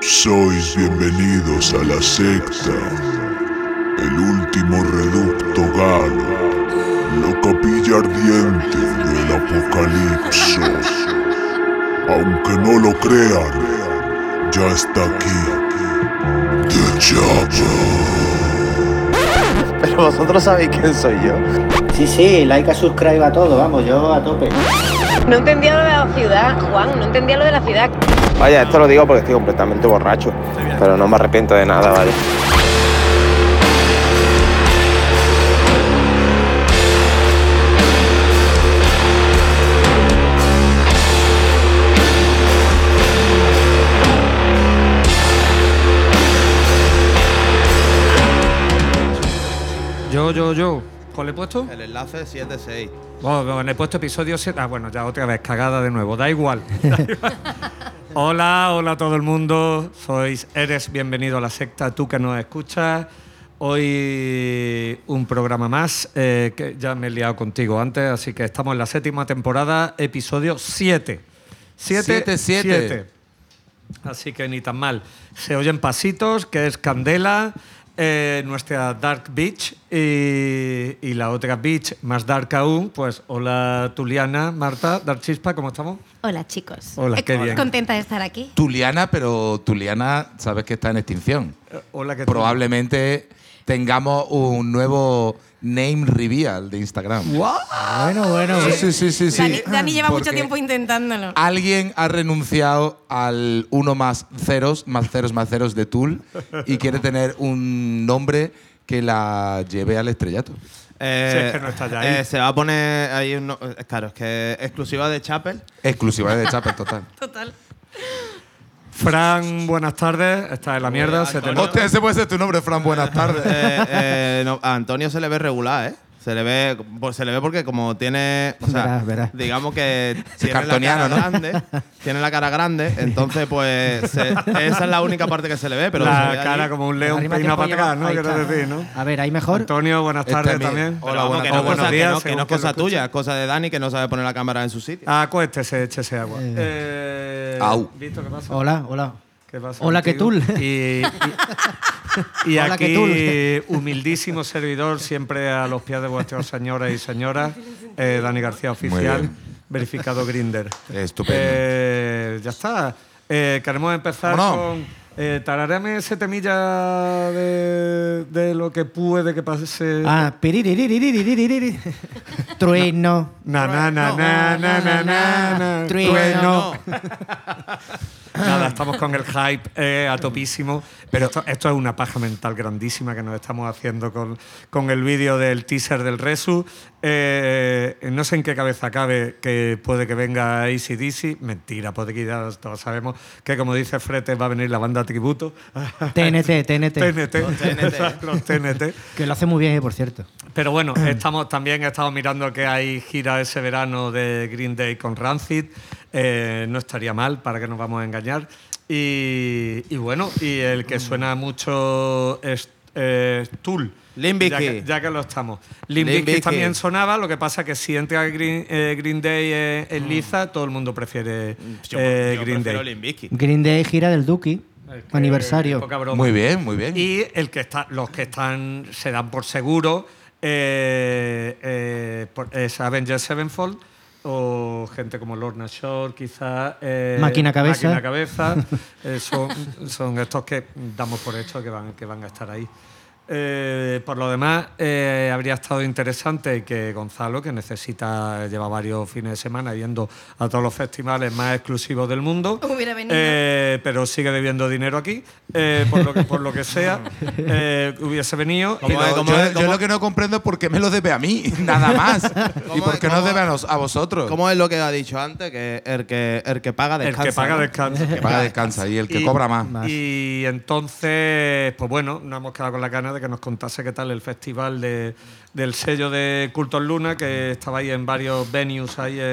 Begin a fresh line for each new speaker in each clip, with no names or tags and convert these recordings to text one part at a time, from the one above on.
Sois bienvenidos a la secta, el último reducto galo, la capilla ardiente del apocalipso. Aunque no lo crean, ya está aquí. The Jabba.
Pero vosotros sabéis quién soy yo.
Sí, sí, like a subscribe a todo, vamos, yo a tope.
No entendía lo de la ciudad, Juan, no entendía lo de la ciudad.
Vaya, esto lo digo porque estoy completamente borracho. Pero no me arrepiento de nada, vale.
Yo, yo, yo. ¿Cuál he puesto?
El enlace 7-6.
Bueno, en he puesto episodio 7. Ah, bueno, ya otra vez, cagada de nuevo. Da igual. da igual. hola, hola a todo el mundo. Sois, eres bienvenido a la secta, tú que nos escuchas. Hoy un programa más, eh, que ya me he liado contigo antes, así que estamos en la séptima temporada, episodio 7. 7,
Siete, siete.
Así que ni tan mal. Se oyen pasitos, que es Candela, eh, nuestra Dark Beach y, y la otra Beach más dark aún. Pues hola Tuliana, Marta, Dark Chispa, ¿cómo estamos?
Hola chicos.
Hola,
Eh,
qué bien.
Contenta de estar aquí.
Tuliana, pero Tuliana sabes que está en extinción.
Eh, Hola, ¿qué tal?
Probablemente tengamos un nuevo name reveal de Instagram.
¡Guau!
Bueno, bueno.
Sí, sí, sí, sí. sí.
eh, Dani,
Ah,
Dani lleva mucho
Porque
tiempo intentándolo.
Alguien ha renunciado al uno más ceros, más ceros, más ceros de Tul y quiere tener un nombre que la lleve al estrellato.
Si es que no está ya ahí.
eh, se va a poner ahí un. no- eh, claro, es que exclusiva de Chapel.
Exclusiva de Chapel, total.
Total.
Fran, buenas tardes. Estás en la mierda. Se te
Antonio.
nota.
Hostia, ese puede ser tu nombre, Fran. Buenas
Eh,
tardes.
eh, no, a Antonio se le ve regular, ¿eh? Se le ve, por- se le ve porque como tiene, o sea,
Verás, verás.
digamos que tiene la cara
cartoniano, ¿no?
grande, tiene la cara grande, entonces pues se- esa es la única parte que se le ve, pero se le ve
la
ahí.
cara como un león
Arriba
peinado para
tiempo
atrás,
lleva-
¿no?
ahí
Quiero
está.
decir, ¿no?
A ver, ahí mejor.
Antonio, buenas
Este
tardes
a mí.
también.
Pero
Hola,
vamos,
buenas
o
que no
tardes.
es
buenos
cosa- que
días.
no-
según
que no es
quien lo
cosa
escuche.
tuya, es cosa de Dani que no sabe poner la cámara en su sitio.
Ah, cueste, se eche ese agua. Eh,
Au.
Visto qué pasa.
Hola, hola.
¿Qué pasa
Hola,
contigo?
¿qué tul?
Y, y- y
Hola,
aquí,
¿qué
humildísimo servidor, siempre a los pies de vuestras señoras y señoras, eh, Dani García Oficial,
bien.
verificado Grinder.
Estupendo.
eh, ya está. Eh, queremos empezar
Vámonos.
con. Eh, tarareame ese temilla de, de lo que puede que pase.
Ah, piriririririririri. Trueno.
Na, na, na, na, na, na, na, na.
Trueno.
Nada, estamos con el hype eh, a topísimo. Pero esto, esto es una paja mental grandísima que nos estamos haciendo con, con el vídeo del teaser del Resu. Eh, no sé en qué cabeza cabe que puede que venga ACDC. Mentira, puede que ya todos sabemos que, como dice Frete, va a venir la banda tributo.
TNT, TNT.
TNT. Los TNT.
Que lo hace muy bien, eh, por cierto.
Pero bueno, estamos, también estamos mirando que hay gira ese verano de Green Day con Rancid. Eh, no estaría mal, para que nos vamos a engañar. Y, y bueno, y el que suena mucho es eh, Tool.
Limp
Ya
Bizkit.
que, ya que lo estamos. Limp
Limp
Bizkit
Bizkit.
también sonaba, lo que pasa que si entra Green, eh, Green Day eh, en liza, todo el mundo prefiere
Mm. Yo-
eh,
yo
Green
prefiero
Day.
Limp Bizkit.
Green Day gira del Duki. Aniversario.
Poca broma.
Muy bien, muy bien.
Y el que está, los que están se dan por seguro eh, eh, por- es Avengers Sevenfold o gente como Lorna Shore, quizás. eh,
Máquina Cabeza.
Máquina Cabeza. eh, son, son estos que damos por hecho que van, que van a estar ahí. Eh, por lo demás, eh, habría estado interesante que Gonzalo, que necesita, lleva varios fines de semana yendo a todos los festivales más exclusivos del mundo,
Hubiera venido.
eh, pero sigue debiendo dinero aquí, eh, por, lo que, por lo que sea, eh, hubiese venido.
¿Cómo
Pero
es? ¿Cómo
yo,
es?
yo
¿Cómo-
lo que no comprendo es por qué me lo debe a mí, nada más. y
¿Cómo
por
es?
qué no
¿Cómo
debe a,
es?
nos- a vosotros.
¿Cómo es lo que ha dicho antes? Que el que, el que paga
El
descansa.
que paga
¿no?
descansa.
El que paga descansa y el que cobra más.
Y entonces, pues bueno, nos hemos quedado con la ganas de que nos contase qué tal el festival de- del sello de Cultos Luna, que estabais en varios venues ahí en,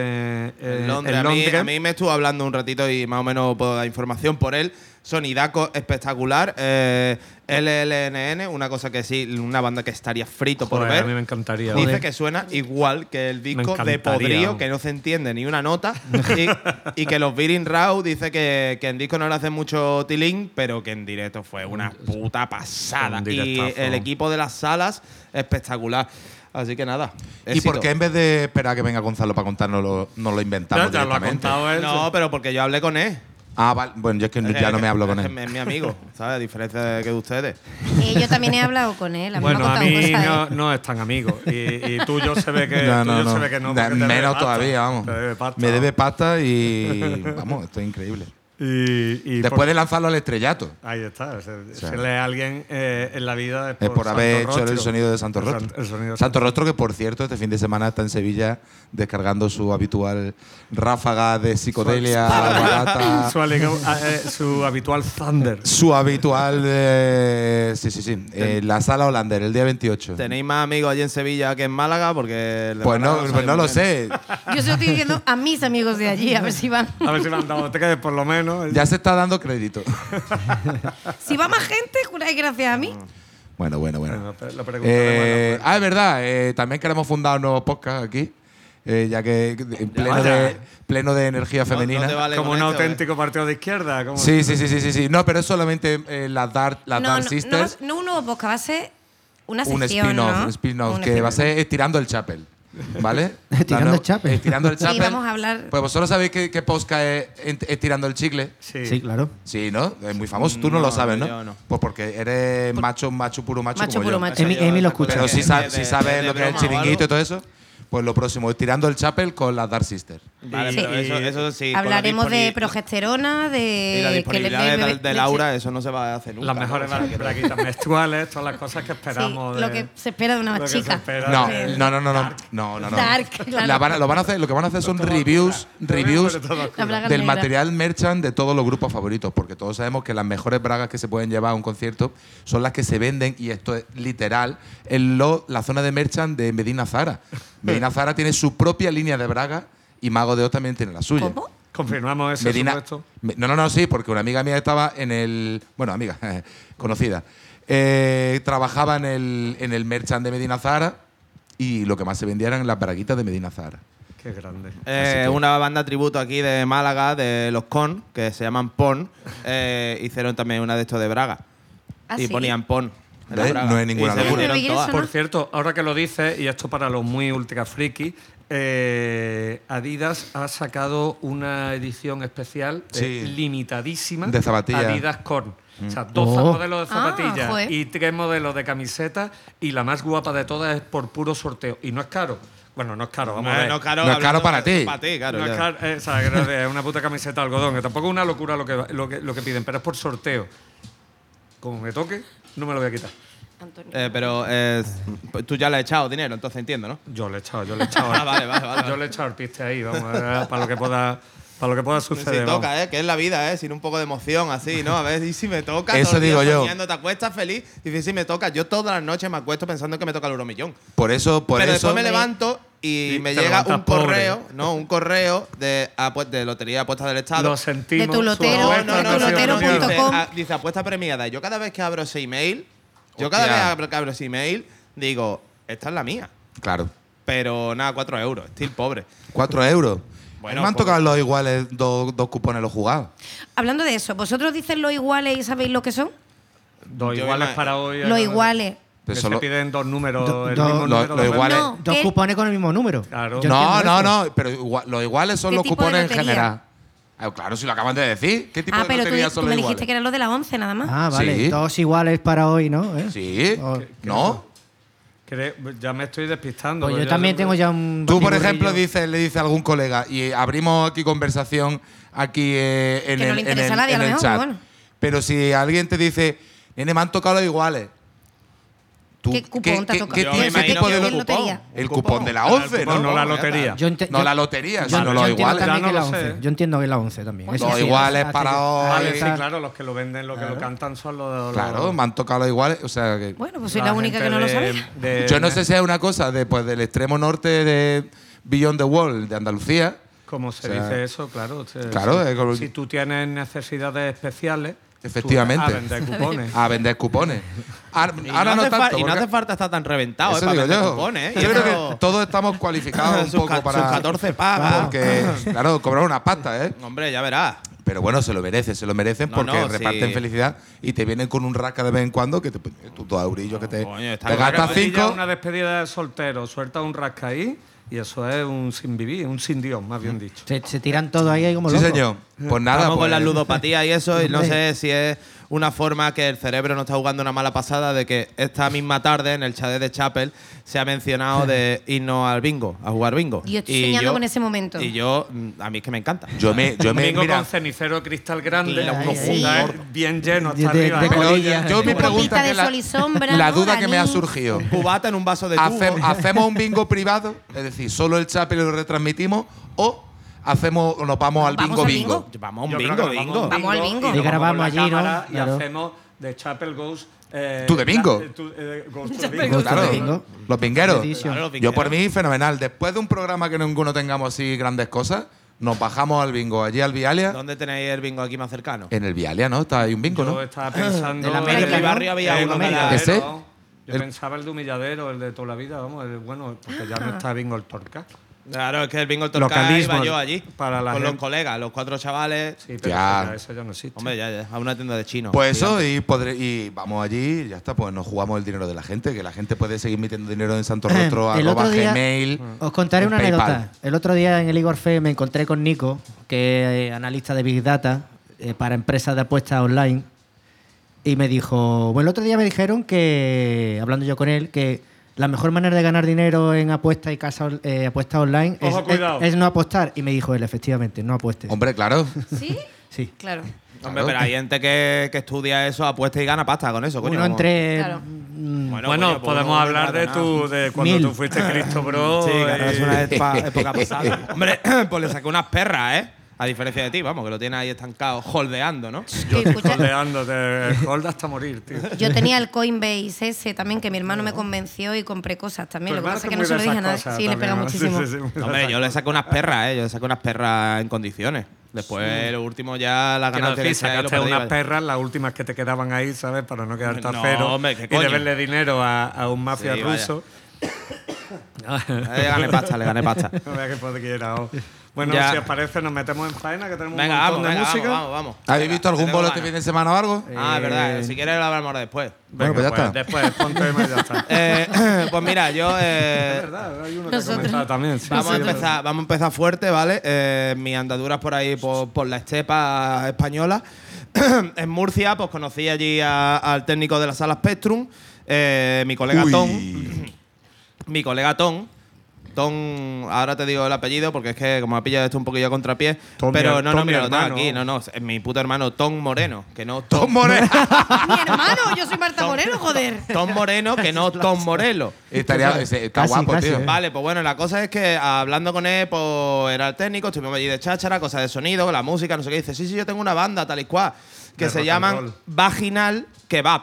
en-
En Londres.
Eh, en
A mí-
Londres.
A, mí, me estuvo hablando un ratito y más o menos puedo dar información por él Son Hidaco espectacular, eh, LLNN, una cosa que sí, una banda que estaría frito por
Joder,
ver.
a mí me encantaría.
Dice que suena igual que el disco de
encantaría,
Podrío,
vamos.
que no se entiende ni una nota. y, y que los Beating Raw dice que, que en disco no le hacen mucho tilín, pero que en directo fue una puta pasada.
Un
Y
directazo.
el equipo de las salas, espectacular. Así que nada.
¿Y por
éxito.
qué en vez de esperar a que venga Gonzalo para contárnoslo, nos lo inventamos
Ya, ya lo ha
directamente?
contado él.
No, pero porque yo hablé con él.
Ah, vale. Bueno, yo es que ya no me hablo con
Eh, Es-
él.
Es mi amigo, ¿sabes? A diferencia de que de ustedes.
Eh, yo también he hablado con él. A mí
Bueno,
me ha
a
contado
mí
cosas.
no,
¿eh?
no es tan amigo. Y, y tú yo se ve que
No,
tú,
no,
yo se
no.
ve que no,
Da-
porque te debe
menos
pasta.
todavía, vamos.
Te debe pasta.
Me debe pasta y. Vamos, esto es increíble.
Y, y
Después
por-
de lanzarlo al estrellato.
Ahí está. o sea, Si lee a alguien eh, en la vida es por,
Es por haber
Santo
hecho el
Rostro.
sonido de Santo
El
Rostro.
san- el sonido de
Santo Rostro, que por cierto, este fin de semana está en Sevilla descargando su habitual ráfaga de psicodelia barata.
su, alega- a- eh, su habitual Thunder.
Su habitual. eh, sí, sí, sí. eh, la sala Holander, el día 28.
¿Tenéis más amigos allí en Sevilla que en Málaga? Porque. el de
Pues no,
Málaga
pues
sale
no
muy
lo
bien.
sé.
¿eh? Yo se lo estoy diciendo a mis amigos de allí, a ver si van.
A ver si me han dado tres, por lo menos.
Ya se está dando crédito.
Si va más gente, juráis gracias a mí.
Ah.
Bueno, bueno, bueno.
Bueno, pe- lo pregunto de pues.
Eh,
buena fe.
ah, es verdad. eh, también queremos fundar un nuevo podcast aquí. eh, ya que en pleno
vaya.
de, pleno de energía
No- no
femenina.
te vale
como
con
un
esto, ¿eh?
auténtico partido de izquierda. Como
Sí, sí, sí, sí, sí, sí. No, pero es solamente eh, las Dark, las
no,
Dark
no, no,
Sisters.
no un nuevo podcast, va a ser una
un
sección,
spin-off,
¿no?
un spin-off,
Un
que va a ser Estirando el Chapel. ¿Vale?
Estirando
La
el
nue-
Chapel.
Estirando el
Sí,
Chapel.
vamos a hablar-
Pues vosotros sabéis qué, qué podcast es Ent- Estirando el Chicle.
Sí.
Sí, claro.
Sí, ¿no? Es muy famoso. Tú no, lo
No,
sabes, ¿no?
yo no.
Pues porque eres macho, macho puro macho.
Macho
como
puro
yo.
macho.
Emi-
Eso yo
Emi lo
te acuerdo
escucha.
Pero
que
sí,
es
sa-
de-
sí
de-
sabes
de
lo que es el
broma o algo.
chiringuito y todo eso. Pues lo próximo, Estirando el Chapel con las Dark Sisters.
Vale,
Y-
pero eso,
y-
eso sí. con la
Hablaremos de
disponi-
progesterona, de.
Y la
que le
disponibilidad
dé
de,
bebé-
de
leche.
Laura, eso no se va a hacer nunca.
Las mejores
¿no? O sea, que-
braquitas menstruales, todas las cosas que
Sí,
esperamos.
lo
de-
que se espera de una
lo que se
chica.
espera
No,
de-
no, no, no, no, no, no, no.
Dark, claro.
La van a- lo van a hacer, lo que van a hacer son reviews, reviews
Todo oscuro.
La plaga
del
negra.
material merchant de todos los grupos favoritos, porque todos sabemos que las mejores bragas que se pueden llevar a un concierto son las que se venden, y esto es literal, en lo- la zona de merchant de Medina Zara. Medina Zara tiene su propia línea de bragas y Mago de Oz también tiene la suya.
¿Cómo?
Confirmamos eso,
Medina,
supuesto.
Me- no, no, no, sí, porque una amiga mía estaba en el. Bueno, amiga, conocida. eh, trabajaba en el, en el merchant de Medina Zara y lo que más se vendía eran las braguitas de Medina Zara.
Qué grande.
Eh, una banda tributo aquí de Málaga, de los Con, que se llaman Pon, eh, hicieron también una de estos de Braga.
Ah, sí.
y ponían Pon. en la
¿Ves?
Braga.
¿Eh? No es ninguna
Y se
locura.
vendieron
Pero, ¿y eso
todas.
no?
Por cierto, ahora que lo dices, y esto para los muy ultra friki, eh, Adidas ha sacado una edición especial eh,
Sí.
limitadísima
De zapatillas. Mm.
Adidas Corn. O sea, 12
Oh.
modelos de
Ah,
zapatillas
joder.
y tres modelos de camisetas y la más guapa de todas es por puro sorteo. Y no es caro. Bueno, no es caro, vamos a
No,
ver.
no es caro,
No es
hablando
caro para
de-
ti.
Para ti, claro.
No es
ya.
car- eh, o sea, creo que es una puta camiseta de algodón, que tampoco es una locura lo que, lo que, lo que piden, pero es por sorteo. Como me toque, no me lo voy a quitar.
Antonio.
Eh, pero eh, tú ya le has echado dinero, entonces entiendo, ¿no?
Yo le he echado, yo le he echado.
Ah, vale, vale, vale.
Yo le he echado el piste ahí, vamos, eh, para lo que pueda, para lo que pueda
Si
suceder. vamos.
toca, ¿eh? Que es la vida, ¿eh? Sin un poco de emoción, así, ¿no? A ver, y si me toca.
Eso
todo el día
digo yo.
soñando, te acuestas feliz. Y dices, si me toca. Yo todas las noches me acuesto pensando que me toca el euromillón.
Por eso, por
Pero
eso.
después me levanto y,
Y
me
te
llega un
levantas pobre.
correo, ¿no? Un correo de, apue- de Lotería de Apuestas del Estado.
Lo sentimos.
De tu lotero,
su
No,
apuesta
no, no,
ha sido
lotero
premiada.
punto
Dice,
com.
ah, dice apuesta premiada. Yo cada vez que abro ese email, yo cada
Hostia.
vez abro- que abro ese email, digo, esta es la mía.
Claro.
Pero nada, 4 euros, still pobre.
Cuatro euros.
Bueno,
me han
pues-
tocado los iguales dos, dos cupones los jugados.
Hablando de eso, ¿vosotros dices los iguales y sabéis lo que son?
Dos
Yo
iguales
me-
para hoy.
Los iguales.
Que
Pero
se
solo-
piden dos números,
Do-
el
dos-
mismo
Lo-
número.
los
de-
iguales-
No,
Dos
¿qué-
cupones con el mismo número.
Claro.
Yo
No,
entiendo
no,
eso.
no, pero igua- los iguales son
¿Qué
los
tipo de
cupones en
lotería?
general. Ah, claro, si lo acaban de decir. ¿Qué tipo
Ah,
de
pero tú,
lotería
di-
son
tú
los
me
iguales?
dijiste que eran los de la 11 nada más.
Ah, vale.
Sí.
Dos iguales para hoy, ¿no? ¿Eh?
Sí.
Ah,
Oh,
¿No?
Creo- Ya me estoy despistando.
Pues yo
porque
también tengo ya un.
Tú, por
batiburrillo.
ejemplo, dices, le dices a algún colega y abrimos aquí conversación aquí eh, en
Que no
el,
le
en
interesa
el-
a nadie, a
en
lo
el
mejor,
chat.
pero bueno.
Pero si alguien te dice, nene, me han tocado los iguales. Tú,
¿Qué cupón te ha tocado?
qué
Yo
ti-
me
qué
imagino
tipo
que
de
un
lo-
cupón. lotería.
El cupón de la
Claro, el
11,
cupón,
No
¿no?
la
Ya está.
lotería.
Yo ente-
No
yo-
la lotería,
Yo,
sino
no
yo
los
entiendo
iguales.
Ya
también
no
que la
lo sé.
11. Yo entiendo que la 11 también.
Pues
Eso
Los
sí,
iguales
hasta
para
que-
Vale,
hoy.
sí, claro, los que lo venden, los que lo cantan son los.
Claro, me han tocado los iguales. O sea, que-
Bueno, pues soy la, única que no lo sabía.
sabe.
Yo no sé si es una cosa de, pues, del extremo norte de Beyond the Wall, de Andalucía.
¿Cómo se
O sea,
dice eso? Claro. o sea,
claro,
si,
es como-
si tú tienes necesidades especiales, A
Efectivamente.
vender cupones.
A vender cupones. Ar-
Y
Ahora Ah, no,
hace fa-
tanto.
y no
porque-
hace falta estar tan reventado,
eso
eh, para
digo
vender
yo.
cupones, ¿eh?
Yo
Y
creo que
eso-
todos estamos cualificados un
sus
poco
ca-
para.
sus 14 pagas.
Porque, claro, cobrar una pasta, ¿eh?
Hombre, ya verás.
Pero bueno, se lo merecen, se lo merecen
No,
porque
no,
reparten
sí.
felicidad y te vienen con un rasca de vez en cuando que te, tus dos eurillos que te,
Coño, está
te
claro,
gastas
Oye, ya
cinco.
Una despedida de soltero, suelta un rasca ahí y eso es un sin vivir, un sin Dios, más bien dicho.
Se, se tiran todo ahí, ahí como
Sí,
locos.
señor. Pues nada,
Estamos
pues-
con la ludopatía y eso, y no
Hombre.
sé si es una forma que el cerebro no está jugando una mala pasada de que esta misma tarde en el chat de Chapel se ha mencionado de irnos al bingo, a jugar bingo.
Yo estoy soñando con ese momento.
Y yo, mm, a mí es que me encanta.
Yo me. Yo me
Domingo
mira,
con cenicero de cristal grande,
Claro,
unos
sí.
fundales bien llenos hasta
De- de-
arriba. ¿eh?
de
pero
colilla.
yo mi
Una
pregunta
copita
que
de
la,
sol y sombra,
la
¿no?
duda que me ha
Anís.
surgido.
Cubata en un vaso de
Hace-
tubo.
hacemos un bingo privado, es decir, solo el chapel lo retransmitimos o hacemos o nos vamos al
¿Vamos
bingo
al
bingo.
bingo?
Vamos a un
Yo creo
bingo,
que nos
bingo.
a un
Vamos al bingo.
y
Y
nos
grabamos
ponemos la
allí, ¿no?
cámara Y
Claro.
hacemos de Chapel Goes. eh,
Tú de bingo.
la- eh, tú, eh, Goes to
Chapel
bingo.
Goes to
Claro,
bingo.
los bingueros.
Edición.
Claro, los
Yo por
bingueros.
mí, fenomenal. Después de un programa que ninguno tengamos así grandes cosas, nos bajamos al bingo, allí al Vialia.
¿Dónde tenéis el bingo aquí más cercano?
En el Vialia, ¿no? Está ahí un bingo,
Yo
¿no?
estaba pensando.
De la
en
América,
el-
¿no?
barrio había
en
uno
el
que era-
humilladero.
¿Ese?
Yo
El-
pensaba el de humilladero, el de toda la vida, vamos, el bueno, porque ya no está bingo el torca.
Claro, es que el bingo el Torcal
Localismo
iba yo allí.
para la
con los
gente.
colegas, los cuatro chavales.
Sí, pero
Ya.
ya, eso ya no existe.
Hombre, ya, ya, a una tienda de chinos.
Pues
digamos.
eso, y, podré- y vamos allí, y ya está, pues nos jugamos el dinero de la gente, que la gente puede seguir metiendo dinero en Santo Rostro,
Ah, El
arroba
otro día-
Gmail.
Os contaré
en
una
PayPal.
anécdota. El otro día en el Igor Fe me encontré con Nico, que es analista de Big Data eh, para empresas de apuestas online, y me dijo, bueno, el otro día me dijeron que, hablando yo con él, que la mejor manera de ganar dinero en apuestas y casas eh, apuestas online es,
Ojo, cuidado.
es- es no apostar. Y me dijo él, efectivamente, no apuestes.
Hombre, claro.
¿Sí?
Sí.
Claro.
Hombre,
Claro.
pero hay gente que, que estudia eso, apuesta y gana pasta con eso, coño.
Uno entre...
Claro.
mm,
Bueno,
coño, pues
podemos
uno
hablar
gana
de
nada.
tu, de cuando
Mil.
tú fuiste Cristo Bro. eh,
Sí,
y-
claro, es una espa- época pasada. Hombre, pues le saqué unas perras, ¿eh? A diferencia de ti, vamos, que lo tienes ahí estancado, holdeando, ¿no?
Que escucha-
Rodeándote, Golda hasta morir, tío.
yo tenía el Coinbase ese también, que mi hermano me convenció y compré cosas también.
Tu
Lo que
hermano
pasa
que
es que
muy
no se lo
de
dije a
esas
nadie.
cosas
Sí, le
también,
pega
¿no? Sí,
muchísimo.
sí, sí, muy de
Hombre,
esas
yo le saqué unas perras, ¿eh? Yo le saqué unas perras en condiciones. Después, lo último ya la
Quiero
ganancia
decir,
que saqué, lo
sacaste
perdí,
unas
vaya.
perras, las últimas que te quedaban ahí, ¿sabes? Para no quedarte a
No,
cero
hombre, ¿qué
y
coño?
deberle dinero a, a un mafia
Sí, vaya.
ruso.
Eh, Le gané pasta, le gané pasta.
No vea que podría. oh. Bueno,
Ya.
si os parece, nos metemos en faena, que tenemos
Venga,
un montón
vamos,
de
venga, vamos,
música.
vamos, vamos.
¿Habéis
Venga,
visto algún
tengo
bolo este
ganas.
fin de Eh, semana o algo?
Ah, es verdad. Si quieres, lo hablamos ahora después.
Venga,
Bueno, pues ya está.
Después, ponte tema y ya está.
Eh, pues mira, yo.
Es
eh,
verdad, hay uno que
Nosotros.
comentaba también. sí,
Vamos a,
sí, es verdad.
empezar, vamos a empezar fuerte, ¿vale? Eh, mis andaduras por ahí, por, por la estepa española. en Murcia, pues conocí allí a- al técnico de la sala Spectrum, eh, mi colega
Uy.
Tom. Mi colega Tom. Tom, ahora te digo el apellido porque es que como ha pillado esto un poquillo a contrapié.
Tom,
pero
mi-
no,
Tom,
no, mira,
mi
lo tengo
hermano.
aquí. No, no, es mi puto hermano Tom Moreno, que no Tom,
Tom Moreno.
¡Ah, Mi hermano, yo soy Marta Moreno, joder.
Tom Moreno, que no Tom Morelo.
Estaría, ese- está
Casi,
guapo,
casi,
tío.
¿eh?
Vale, pues bueno, la cosa es que hablando con él, pues era el técnico, estuvimos allí de cháchara, cosas de sonido, la música, no sé qué. Dice, sí, sí, yo tengo una banda, tal y cual, que
De
se
rock and
llaman
roll.
Vaginal Kebab.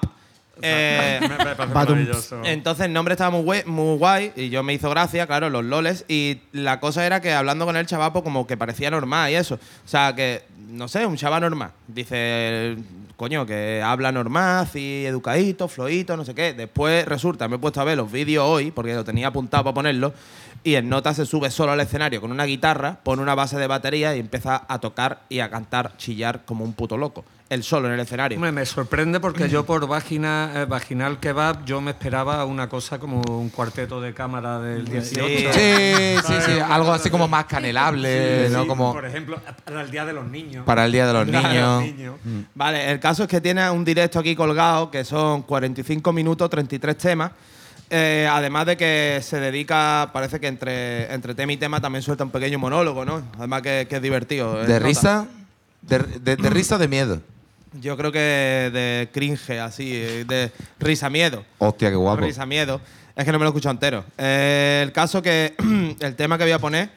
Eh,
Me- me parece
Badum.
maravilloso.
entonces el nombre estaba muy guay, muy guay y yo me hizo gracia, claro, los loles. Y la cosa era que hablando con el chaval, pues, como que parecía normal y eso. O sea, que, no sé, un chaval normal. Dice, coño, que habla normal, así educadito, floito, no sé qué. Después resulta, me he puesto a ver los vídeos hoy, porque lo tenía apuntado para ponerlo. Y el nota se sube solo al escenario con una guitarra, pone una base de batería y empieza a tocar y a cantar, chillar como un puto loco. Él solo en el escenario.
Hombre, me sorprende porque yo por vagina, eh, vaginal kebab yo me esperaba una cosa como un cuarteto de cámara del 18.
Sí,
Sí, sí, sí. Algo así como más canelable,
Sí,
¿no? Como
Por ejemplo, para el Día de los Niños.
para el Día de los
Día de los
Niños. Mm.
Niños.
Vale, el caso es que tiene un directo aquí colgado que son 45 minutos, 33 temas. Eh, además de que se dedica, parece que entre, entre tema y tema también suelta un pequeño monólogo, ¿no? Además que, que es divertido. eh,
¿De
nota.
risa? De, de- de risa o de miedo.
Yo creo que de cringe, así, eh, de risa miedo.
Hostia, qué guapo.
Risa miedo. Es que no me lo he escuchado entero. Eh, el caso que el tema que voy a poner.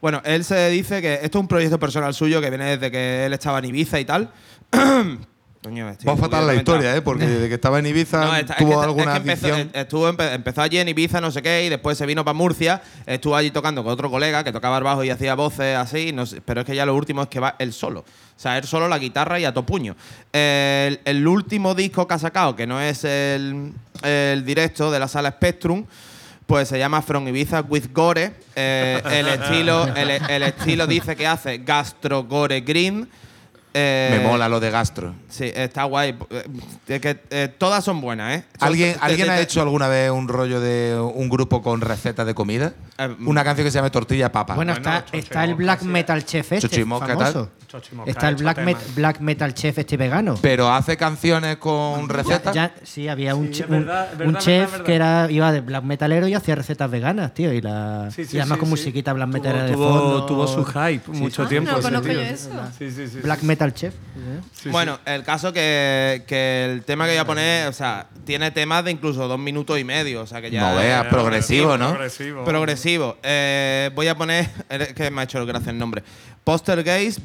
Bueno, él se dice que esto es un proyecto personal suyo que viene desde que él estaba en Ibiza y tal. Coño, estoy-
Va fatal la
estoy
historia,
reventado.
¿eh? Porque desde que estaba en Ibiza
No, esta- es
tuvo
que- es
alguna
que empezó,
afición.
eh, estuvo empe- empezó allí en Ibiza, no sé qué, y después se vino para Murcia. Estuvo allí tocando con otro colega que tocaba el bajo y hacía voces así. no sé, pero es que ya lo último es que va él solo. O sea, él solo la guitarra y a topuño. El, el último disco que ha sacado, que no es el, el directo de la sala Spectrum, pues se llama From Ibiza with Gore. Eh, el, estilo, el, el estilo dice que hace Gastro Gore Green. Eh,
Me mola lo de gastro.
Sí, está guay. Es que eh, todas son buenas, ¿eh? Son-
¿Alguien,
te-
¿alguien
te-
ha
te-
hecho alguna vez un rollo de un grupo con receta de comida?
Eh, mm.
Una canción que se llama Tortilla Papa.
Bueno, está,
Chochi
está el
Mosca,
Black
sí.
Metal Chef este,
Chochi Mosca,
famoso.
Chochi Mosca,
Está el
hecho
Black,
tema.
Met- Black Metal Chef este vegano.
pero hace canciones con
Ya-
recetas.
ya- sí, había un,
Sí,
che-
es verdad,
un-
es verdad,
un
verdad,
chef
verdad.
que era iba de black metalero y hacía recetas veganas, tío. Y, la,
Sí, sí,
y además
sí,
con
sí.
musiquita black
Tuvo-
metalera de
tuvo,
fondo.
tuvo su hype mucho
Ah,
tiempo.
no
ese
conozco
tío.
yo eso.
Sí, sí, sí.
Black
sí.
metal chef.
Sí,
Bueno, el caso que, que el tema que voy a poner, o sea, tiene temas de incluso dos minutos y medio, o sea que ya.
No veas,
sí.
progresivo, ¿no?
Progresivo.
Progresivo. Eh, voy a poner. es que me ha hecho gracia el nombre. Poster gays,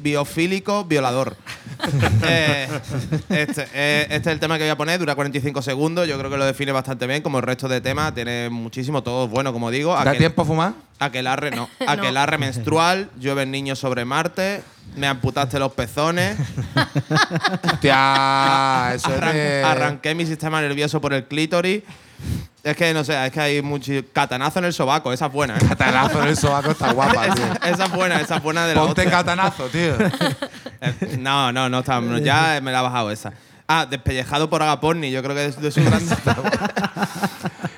biofílico, violador. Eh, este, eh, este es el tema que voy a poner, dura 45 segundos. Yo creo que lo define bastante bien, como el resto de temas. Tiene muchísimo, todo bueno, como digo.
¿Da
Aquel-
tiempo a fumar?
Aquelarre no. Aquelarre menstrual, llueve el niño sobre Marte, me amputaste los pezones,
Hostia, eso es
arran-
de-
arranqué mi sistema nervioso por el clítoris. Es que no sé, es que hay mucho. Catanazo en el sobaco, esa es buena, ¿eh?
Catanazo en el sobaco está guapa, tío.
Esa es buena, esa es buena de la
Ponte
hostia.
catanazo, tío.
Eh, No, no, no está. no, Ya me la ha bajado esa. Ah, despellejado por Agaporni, yo creo que es de su gran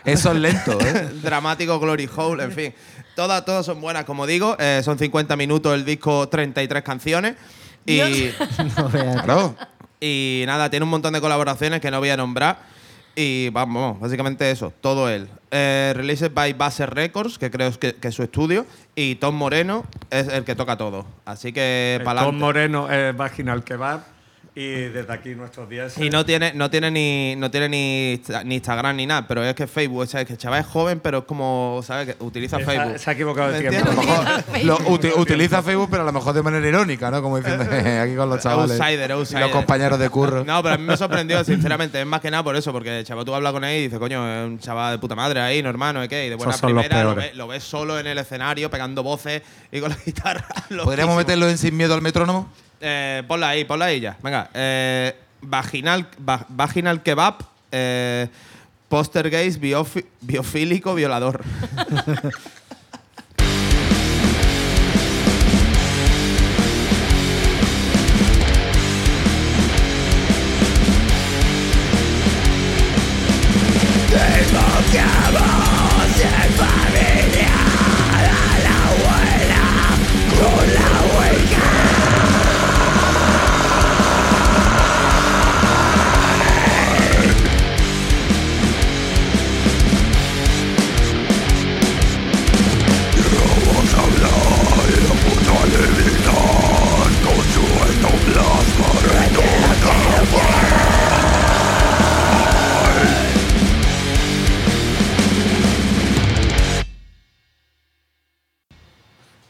Eso es lento, ¿eh?
dramático Glory Hole, en fin. Todas, todas son buenas, como digo. Eh, son 50 minutos el disco, 33 canciones. Y.
No veas.
Claro.
Y nada, tiene un montón de colaboraciones que no voy a nombrar. Y vamos, básicamente eso, todo él. Eh, released by Basser Records, que creo que, que es su estudio. Y Tom Moreno es el que toca todo. Así
eh,
que
El
pa'lante.
Tom Moreno es Vaginal Kebab y desde aquí nuestros días.
Y no tiene, no tiene ni, no tiene ni, Insta- ni Instagram ni nada, pero es que Facebook, o sea, es que el chaval es joven, pero es como, ¿sabes? Que utiliza
Se ha-
Facebook.
se ha equivocado de
¿Me
tiempo.
entiendes?
Lo uti- utiliza Facebook, pero a lo mejor de manera irónica, ¿no? Como diciendo, "Jeje, aquí con los chavales.
Outsider,
y
outsider.
los compañeros de curro.
No, pero a mí me sorprendió, sinceramente. Es más que nada por eso, porque el chaval tú hablas con él y dices, coño, es un chaval de puta madre ahí, normal, no es qué. Y de buena
Esos son los
primera lo
peores.
ves, lo ves solo en el escenario, pegando voces y con la guitarra.
¿Podríamos
loquísimo.
meterlo en Sin Miedo al Metrónomo?
Eh, ponla ahí, ponla ahí ya. Venga. Eh, vaginal, va- vaginal kebab, eh, poster gays, biofi- biofílico, violador.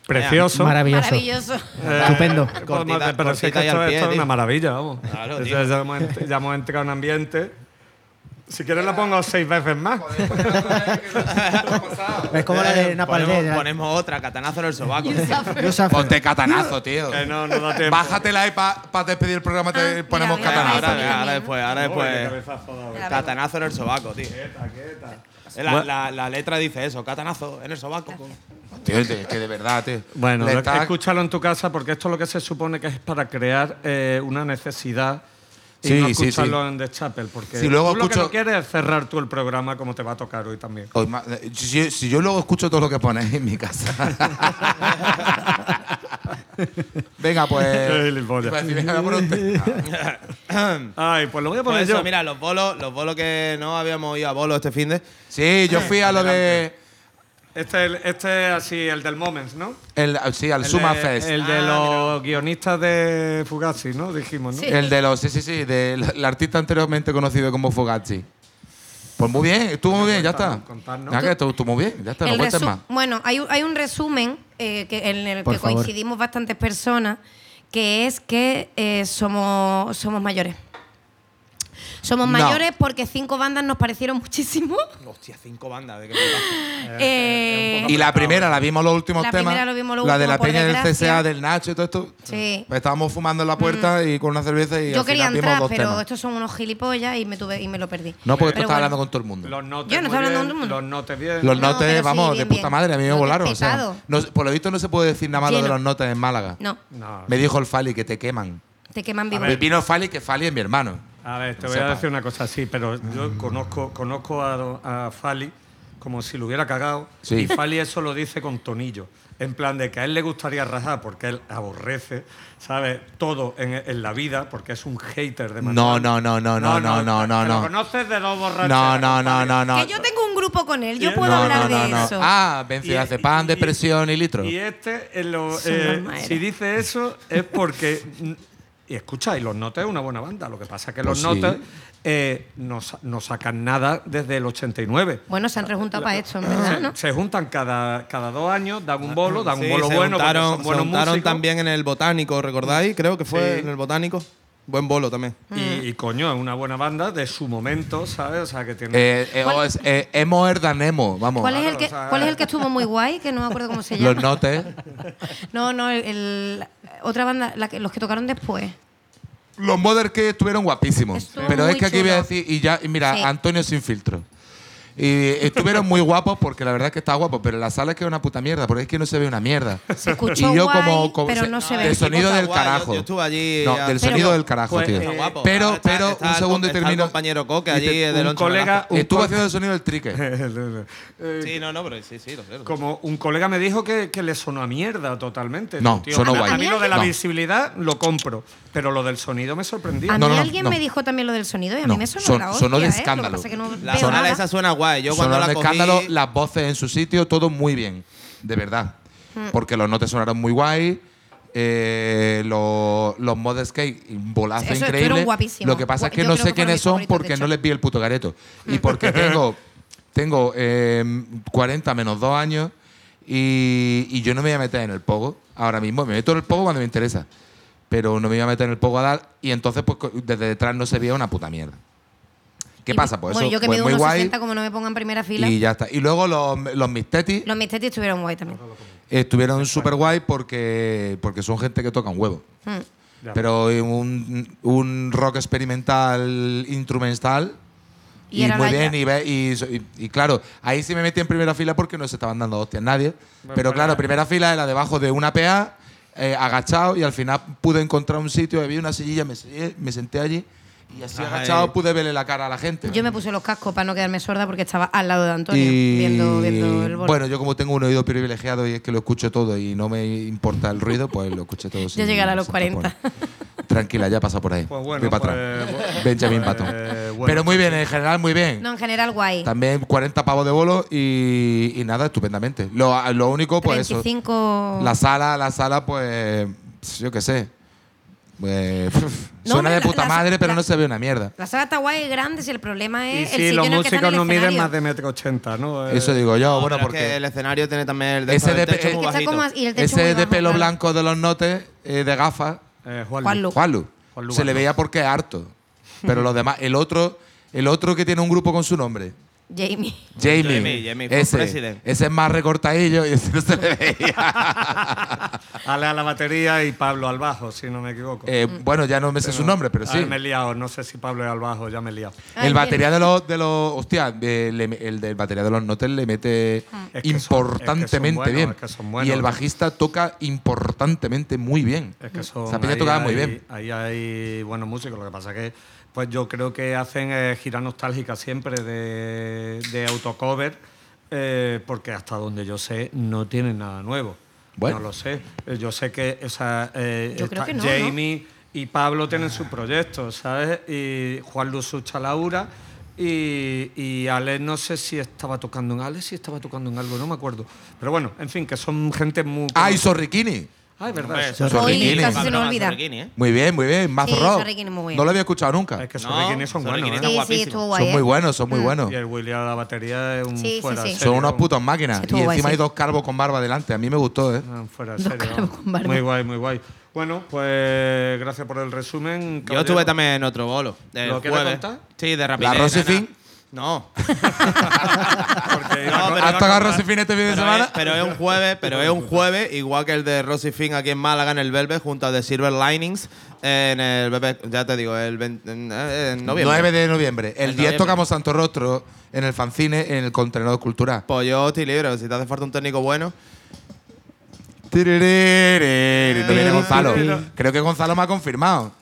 Precioso.
Maravilloso.
Maravilloso.
Eh,
Estupendo.
pues,
Cortita-
madre, pero sí
cortita
que
y
esto,
al pie,
esto es
tío.
una maravilla, vamos.
Claro,
Entonces,
tío.
ya, hemos, ent- ya hemos entrado en ambiente. Si quieres la pongo seis veces más.
pues,
Eh,
Es como la de Napalm
Eh, ponemos,
Death, la-
ponemos otra, catanazo en el sobaco.
Yo sabía.
Ponte catanazo, tío.
que no, no da tiempo.
Bájatela ahí para despedir el programa,
Ah,
te
mira,
ponemos
mira,
catanazo.
ahora,
Catanazo
ahora,
también.
después, ahora
Uy, qué
pues.
después.
cabeza jodida.
Pues Catanazo en el sobaco, tío.
Quieta, quieta.
La, la- la letra dice eso, catanazo en el sobaco. Pues
Tío, es que de verdad, tío.
Bueno,
Le
lo-
está-
escúchalo en tu casa porque esto es lo que se supone que es para crear eh, una necesidad y
Sí,
no
sí, sí.
escucharlo en The Chapel porque
Si luego
tú lo que
escucho-
no quieres es cerrar tú el programa como te va a tocar hoy también.
Hoy ma- eh, si, si yo luego escucho todo lo que pones en mi casa. venga, pues.
Qué gilipollas.
Iba a decir, venga, por usted.
Ay, pues lo voy a
Por
poner
eso,
yo.
mira, los bolos, los bolos que no habíamos ido a bolos este fin de.
Sí, yo fui a lo de.
Este, es el- este es así, el del Moments, ¿no?
El, sí, al
El
Suma
de-
Fest.
El de
Ah,
los guionistas de Fugazi, ¿no? Dijimos, ¿no?
Sí.
El de los. Sí, sí, sí. Del el artista anteriormente conocido como Fogazzi. Pues muy bien, estuvo muy bien, ya está.
Contarnos, contarnos.
Ya que estuvo, estuvo muy bien, ya está, no
El
cuentes
resu-
más.
Bueno, hay, un- hay un resumen eh, que, en el
Por
que
favor.
coincidimos bastantes personas, que es que eh, somos, somos mayores. Somos
No.
mayores porque cinco bandas nos parecieron muchísimo.
Hostia, cinco bandas. ¿de qué me
Eh,
Y la primera la vimos los últimos
La
temas.
primera lo vimos lo
la de la
último, por
peña del
desgracia.
CSA, del Nacho y todo esto.
Sí. Mm.
Pues estábamos fumando en la puerta y con una cerveza y
yo
al
quería
final vimos
entrar,
dos
pero
temas.
estos son unos gilipollas y me tuve y me lo perdí.
No, porque tú
Pero
estás
bueno.
hablando con todo el mundo.
Los notes
Yo no
muy
estoy hablando
bien,
de un-
los notes bien.
Los
No,
notes,
pero sí,
vamos,
bien,
de puta
bien.
madre, a mí me
Notes
volaron. o sea,
petado.
no- por lo visto no se puede decir nada malo de
Lleno.
los notes en Málaga.
No,
No,
Me dijo el Fali que te queman.
te queman vivo.
Me vino Fali que Fali es mi hermano.
a ver, te
No
voy a
sepa.
decir una cosa así, pero yo conozco, conozco a, do- a Fali como si lo hubiera cagado.
Sí.
Y Fali eso lo dice con tonillo. En plan de que a él le gustaría rajar porque él aborrece, ¿sabes? Todo en, en la vida porque es un hater de
No,
Manuel.
no, no, no, no, no, no, no,
te lo
no.
conoces de dos borrachos.
No, no, no, no, no.
Que yo tengo un grupo con él,
¿Y
yo
él?
puedo
no,
hablar
no, no,
de
no.
eso.
Ah, benzodiazepam,
y-
depresión y litro.
Y este, eh, lo,
Su
eh,
mamá era.
si dice eso, es porque. y escucha, y los Notes es una buena banda. Lo que pasa es que
Pues
los
sí.
Notes eh, no, sa- no sacan nada desde el 89.
Bueno, se han rejuntado para esto, en verdad,
Se,
Ah, ¿no?
se juntan cada, cada dos años, dan un bolo, dan
ah, Sí,
un bolo
se
bueno, porque
juntaron,
son
se
buenos
juntaron
músicos.
también en el Botánico, ¿recordáis? Creo que fue
Sí.
en el Botánico. Buen bolo también.
Eh,
Y, y, coño, es una buena banda de su momento, ¿sabes? O sea, que tiene.
Eh, eh, o es, eh, emo erdanemo, vamos.
¿Cuál es,
claro,
el que,
o sea-
¿Cuál es el que estuvo muy guay? Que no me acuerdo cómo se llama.
eh. Los notes.
No, no, el, el- otra banda, la que- los que tocaron después.
Los Mother que estuvieron guapísimos.
Estuvo
pero es
muy
que aquí voy a
chulo.
decir, y ya, y mira,
Sí.
Antonio sin filtro. Y estuvieron muy guapos porque la verdad es que está guapo, pero la sala es que es una puta mierda, porque es que no se ve una mierda.
Se escuchó guay, pero no se ve.
El sonido
Está
del
guay, yo-
carajo.
yo estuve allí
No,
ya.
del
Pero-
sonido del carajo,
Pues,
tío.
está
guapo.
Pero,
Está-
pero,
está
un
el
segundo
com-
y
está el
termino.
compañero Coque
Y
allí,
te-
del
un
Oncho
colega. un
Estuvo
co-
haciendo el sonido del trique.
Eh,
Sí, no, no, pero sí, sí, lo sé. lo sé.
Como un colega me dijo que, que le sonó a mierda totalmente.
No,
tío.
sonó
a,
guay.
a mí lo de la
No.
visibilidad lo compro, pero lo del sonido me sorprendió.
A
No,
mí
no, no,
alguien
no.
me dijo también lo del sonido y a
No,
mí me sonó
son-
la
sonó
hostia, ¿eh?
de
Lo que
escándalo.
pasa es que no
La
veo
sala
nada.
esa suena guay. Yo cuando
sonaron
la
de
cogí,
escándalo, las voces en su sitio, todo muy bien, de verdad.
Mm.
Porque los notes sonaron muy guay. eh, los, los mod skate, un bolazo
Eso estuvieron
increíble.
guapísimos.
Lo que pasa es que
Yo
no
creo
sé
que fueron
quiénes
mis
son
favoritos, de
porque
hecho.
no les vi el puto careto. Y porque tengo, tengo eh, 40 menos 2 años y, y yo no me voy a meter en el pogo ahora mismo. Me meto en el pogo cuando me interesa. Pero no me iba a meter en el pogo a dar. Y entonces, pues co- desde detrás no se veía una puta mierda. ¿Qué
Y-
pasa? Pues
bueno,
eso
yo que
fue
mido
muy
unos
guay.
60, como no me ponga en primera fila.
Y ya está. Y luego los, los Mistetis
Los Mistetis estuvieron guay también.
estuvieron súper guay porque, porque son gente que toca un huevo.
Mm.
Ya.
Pero un, un rock experimental, instrumental.
Y
Y,
era
muy
la-
bien, y, ve- y so- y- y claro, ahí sí me metí en primera fila porque no se estaban dando hostias nadie. pero claro, primera fila era debajo de una PA, eh, agachado, y al final pude encontrar un sitio, había una sillilla, me, sellé- me senté allí, y así
Ay.
agachado pude verle la cara a la gente.
Yo me puse los cascos para no quedarme sorda porque estaba al lado de Antonio
Y,
viendo, viendo el bolo.
Bueno, yo como tengo un oído privilegiado y es que lo escucho todo y no me importa el ruido, pues lo escuché todo. sin-
llegaré a los
sin
40.
tapones. Tranquila, ya pasa por ahí.
Pues bueno,
Voy para
pues,
atrás.
bueno,
Benjamin
pues,
Patton.
bueno,
Pero muy bien, en general muy bien.
no, en general guay.
También 40 pavos de bolo y, y nada, estupendamente. Lo, lo único, pues eso.
35...
La sala, la sala, pues yo qué sé. Eh,
No,
suena
hombre,
de
la-
puta
la-
madre, pero
la-
no se ve una mierda.
La sala está guay y grande si el problema
Y
es Eh, el
sí,
sitio
los
en el que están
músicos
en el
no miden
escenario.
más de metro ochenta, ¿no? Eh,
Eso digo yo,
No,
bueno,
pero es
porque...
que el escenario tiene también el de
Ese
el
de-
techo
es
muy
que está
bajito.
como así, y el techo muy
Ese de
bajo,
pelo
claro.
blanco de los notes, eh, de gafas,
eh, Juanlu.
Juanlu.
Juanlu.
Juanlu
Se le
Barba.
veía porque es harto. Pero los demás, el otro, el otro que tiene un grupo con su nombre.
Jamie.
Jamie.
Jamie, Jamie, fue
ese,
president.
ese es más recortadillo y ese no se le veía.
Ale a la batería y Pablo al bajo, si no me equivoco.
Eh, bueno, ya no me sé su nombre, pero sí.
Ahora me he liado, no sé si Pablo es al bajo, ya me he liado.
Ay,
El batería de los, de los. Hostia, de- le- el del batería de los notes le mete
Es que son-
importantemente
es que son buenos,
bien.
es que son buenos.
y el bajista toca importantemente muy bien.
Es que
Mm.
son.
Esa peña
ahí
tocaba muy
hay-
bien.
Ahí hay buenos músicos. Lo que pasa que, pues yo creo que hacen eh, giras nostálgicas siempre de, de autocover, eh, porque hasta donde yo sé, no tienen nada nuevo.
Bueno.
No lo sé. Eh, Yo sé que o sea, eh,
Yo creo
está
que no, Ah.
Jamie y Pablo tienen sus proyectos, ¿sabes? Y Juan Luz Sucha Laura. Y, y Alex, no sé si estaba tocando en Alex, si estaba tocando en algo, no me acuerdo. Pero bueno, en fin, que son gente muy.
Ah, y Sorriquini.
Ah, es verdad.
Hombre,
eso.
Hoy
Sorrikini.
casi
se me
Programa
olvida.
Sorrikini, ¿eh?
Muy bien, muy bien. Mazo
Sí,
rock.
Sorrikini muy bueno.
No lo había escuchado nunca.
Es que esos
Ah, No,
riquines son buenos. ¿eh?
sorrikini está
Sí, sí,
guapísimo.
estuvo guay.
Son
¿eh?
muy buenos, son muy
Mm.
buenos.
Y el William a la batería es un
Sí, sí,
fuera de
sí.
serie,
Son unos
vamos.
putos máquinas.
Sí,
Y
estuvo guay,
encima hay
sí.
dos carvos con barba delante. A mí me gustó, ¿eh?
Mm.
Ah, fuera de
Dos
serie,
carros
vamos.
con barba.
Muy guay, muy guay. Bueno, pues gracias por el resumen.
Yo
caballero.
estuve también en otro bolo. el
¿Lo quieres
jueves.
contar?
Sí, de rapidez.
¿La Rosy
nana.
Fin?
No.
Porque iba
No,
con-
pero
¿Has
no
tocado
contar.
Rosy Fin este fin de
Pero
semana?
es- pero es un jueves, pero es un jueves, igual que el de Rosy Finn aquí en Málaga en el Velvet, junto a The Silver Linings en el Velvet, ya te digo, el 20 en, en noviembre.
9 de noviembre. El,
En
10
noviembre.
tocamos Santo Rostro en el fanzine, en el contenedor cultural.
Pues yo estoy libre, si te hace falta un técnico bueno.
Tiririririr. No viene Gonzalo.
Tiririririr.
Creo que Gonzalo me ha confirmado.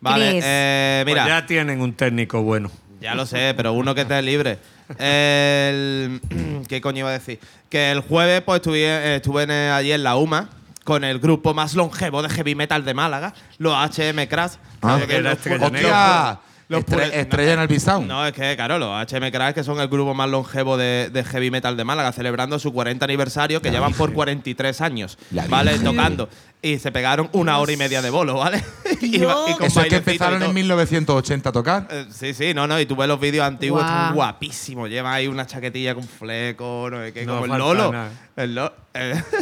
Vale,
Chris.
eh,
pues
mira, ya.
ya tienen un técnico bueno.
lo sé, pero uno que esté libre. El, ¿Qué coño iba a decir? Que el jueves pues estuve, eh, estuve en, eh, allí en la UMA con el grupo más longevo de heavy metal de Málaga, los HM Crash.
Ah.
Creo que
Era
los
este que
pu-
tenía.
los
¡Hostia!
pu- los
Estre-
pu-
estrella en el Bisound.
No, es que, claro, los HM Crash, que son el grupo más longevo de, de heavy metal de Málaga, celebrando su 40 aniversario, que llevan por 43 años,
La
¿vale?
Virgen.
Tocando. Y se pegaron una hora y media de bolo, ¿vale? y, va- y
Eso
con
es que
bailecito y
empezaron
todo.
en 1980 a tocar.
Eh, Sí, sí, no, no, y tú ves los vídeos antiguos,
Guau.
están guapísimos. Lleva ahí una chaquetilla con fleco, no sé qué,
No
como el
falta
Lolo.
nada.
El Lolo.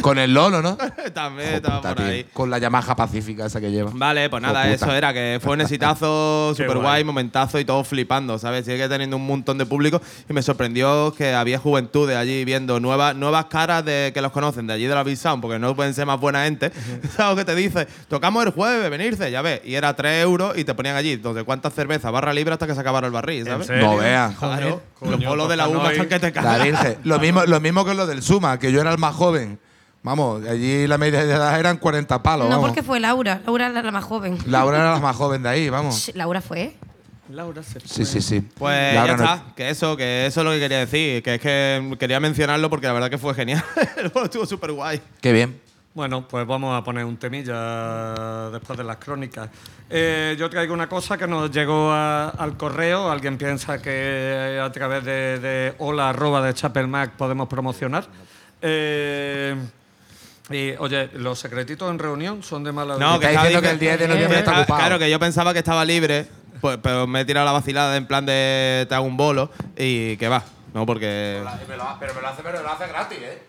Con el Lolo, ¿no?
también
Joder,
estaba por
tío,
ahí.
Con la Yamaha pacífica esa que lleva.
Vale, pues nada,
Hijo puta.
eso era, que fue un exitazo,
Qué
super
guay.
guay, momentazo y todo flipando, ¿sabes? Sigue teniendo un montón de público y me sorprendió que había juventudes allí viendo nuevas, nuevas caras de que los conocen de allí de la Big Sound, porque no pueden ser más buena gente. ¿Sabes lo que te dice? Tocamos el jueves, venirse, ya ves. Y era 3 euros y te ponían allí, donde cuántas cervezas, barra libre hasta que se acabara el barril, ¿sabes?
serio?
No
eh,
veas.
Claro,
Joder,
los
coño,
bolos de la
pues, no
uva
hay-
están que te
La
cagas.
Virgen. Lo mismo, lo mismo que lo del Suma, que yo era el más joven. Vamos, allí la media de edad eran 40 palos.
No,
vamos.
porque fue Laura. Laura era la más joven.
Laura era la más joven de ahí, vamos.
Ch, Laura fue.
Laura se
Sí, sí, sí.
Pues
Laura
ya
no-
está, que eso, que eso es lo que quería decir, que es que quería mencionarlo porque la verdad que fue genial. El bolo estuvo súper guay.
Qué bien.
Bueno, pues vamos a poner un temilla después de las crónicas. Eh, yo traigo una cosa que nos llegó a- al correo. Alguien piensa que eh, a través de, de hola arroba de Chapelmac podemos promocionar. Eh, y, oye, los secretitos en reunión son de mala
No,
Está
estaba
diciendo que el
libre.
10 de noviembre
Que
está
estaba-
ocupado.
Claro, que yo pensaba que estaba libre, pues, pero me he tirado la vacilada en plan de te hago un bolo y que va. No, porque.
Pero me lo hace, pero lo hace gratis, ¿eh?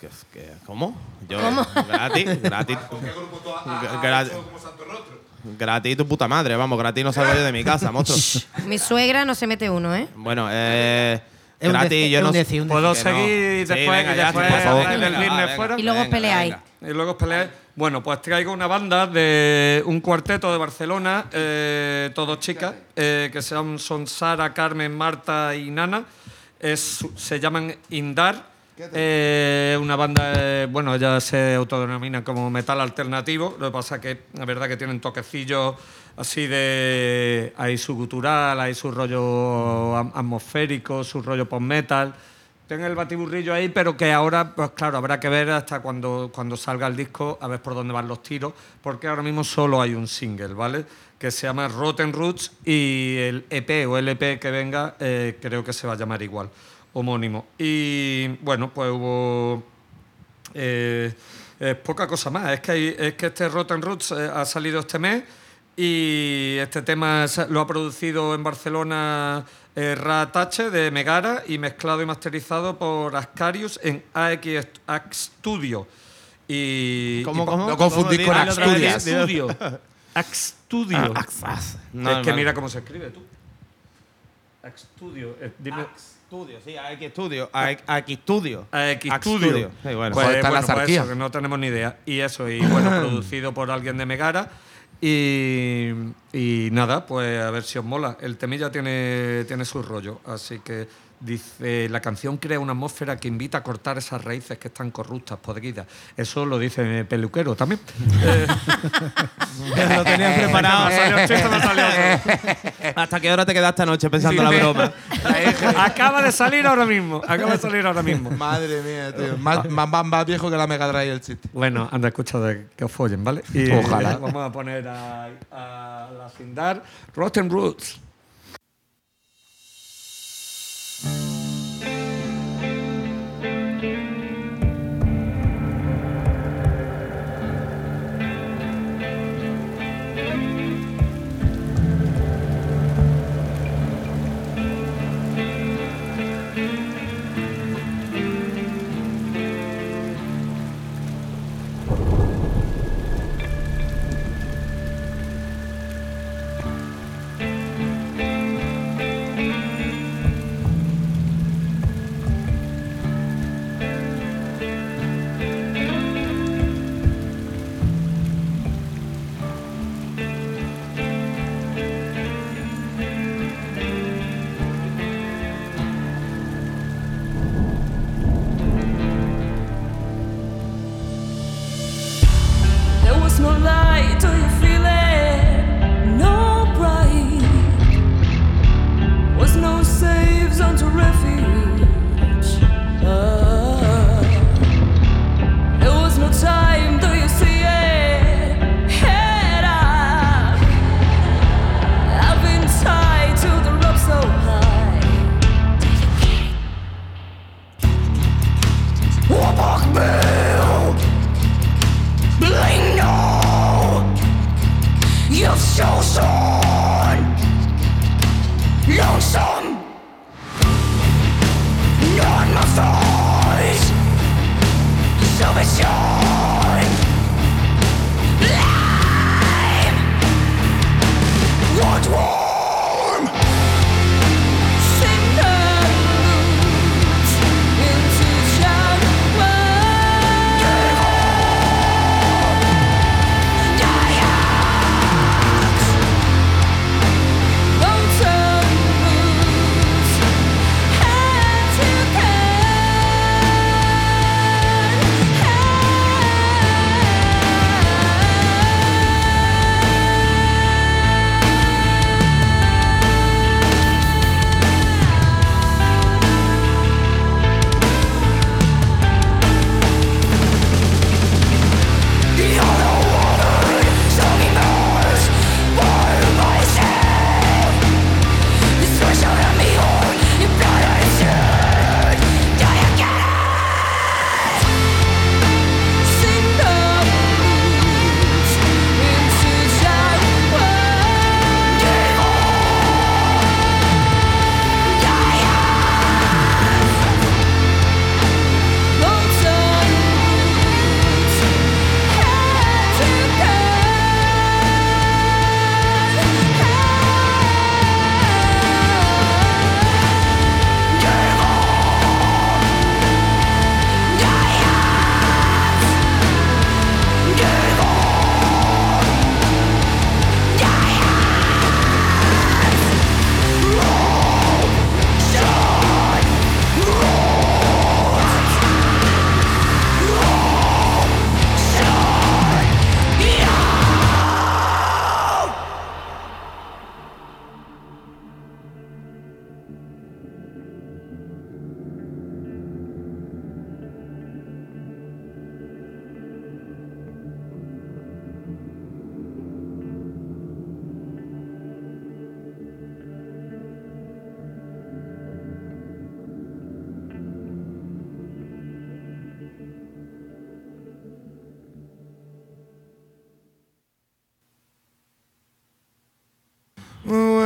que- que- ¿Cómo? Yo, Gratis, gratis. Gratis. Gratis tu puta madre, vamos, gratis no salgo yo de mi casa, monstruo.
Mi suegra no se mete uno, ¿eh?
Bueno, eh.
Es un
Gratis,
deci-
yo
es
no
un
sé-
deci- un
Puedo
que no.
seguir
Sí,
después,
venga,
que
ya,
después
sí, por favor.
del
Venga,
viernes
va,
fuera.
Y luego os
Venga,
peleáis.
venga.
Y luego os peleáis. Bueno, pues traigo una banda de un cuarteto de Barcelona, eh, todos chicas, eh, que son, son Sara, Carmen, Marta y Nana. Es- se llaman Indar. eh, una banda, eh, bueno, ellas se autodenominan como metal alternativo. Lo que pasa que la verdad que tienen toquecillos así de. Hay su gutural, hay su rollo am- atmosférico, su rollo post metal. Tengo el batiburrillo ahí, pero que ahora, pues claro, habrá que ver hasta cuando, cuando salga el disco, a ver por dónde van los tiros, porque ahora mismo solo hay un single, ¿vale? Que se llama Rotten Roots y el EP o LP que venga eh, creo que se va a llamar igual, homónimo. Y bueno, pues hubo eh, es poca cosa más. Es que, hay- es que este Rotten Roots eh, ha salido este mes y este tema se- lo ha producido en Barcelona eh, Ratache de Megara y mezclado y masterizado por Ascarius en AX, Studio. Y,
¿Cómo,
y-
cómo?
No confundir
¿Cómo
con
Dilo ah,
dices?
otra vez,
Asturias.
Studio. Ax Studio.
Ah,
Ah,
No,
es que
vale.
mira cómo se escribe tú. Ax Studio. Eh, dime.
Studio, sí, AX Studio. AX Studio.
AX Eh, Studio.
Sí, bueno.
Pues,
Joder,
bueno,
está la
pues
sarquía.
eso, que no tenemos ni idea. Y eso, y bueno, producido por alguien de Megara. Y, y nada, pues a ver si os mola. El temilla tiene, tiene su rollo, así que dice, la canción crea una atmósfera que invita a cortar esas raíces que están corruptas, podridas. Eso lo dice Peluquero también. Eh,
lo tenías
no
preparado.
salió el chiste, no salió el chiste.
¿Hasta qué hora te quedaste anoche pensando la
eh, Sí.
broma?
acaba de salir ahora mismo, acaba de salir ahora mismo.
Madre mía, tío. Más, más, más- más viejo que la Mega Drive el chiste.
Bueno, anda, escucha de que os follen, ¿vale? Y
Ojalá.
Vamos a poner a, a la Cindar Rotten Roots.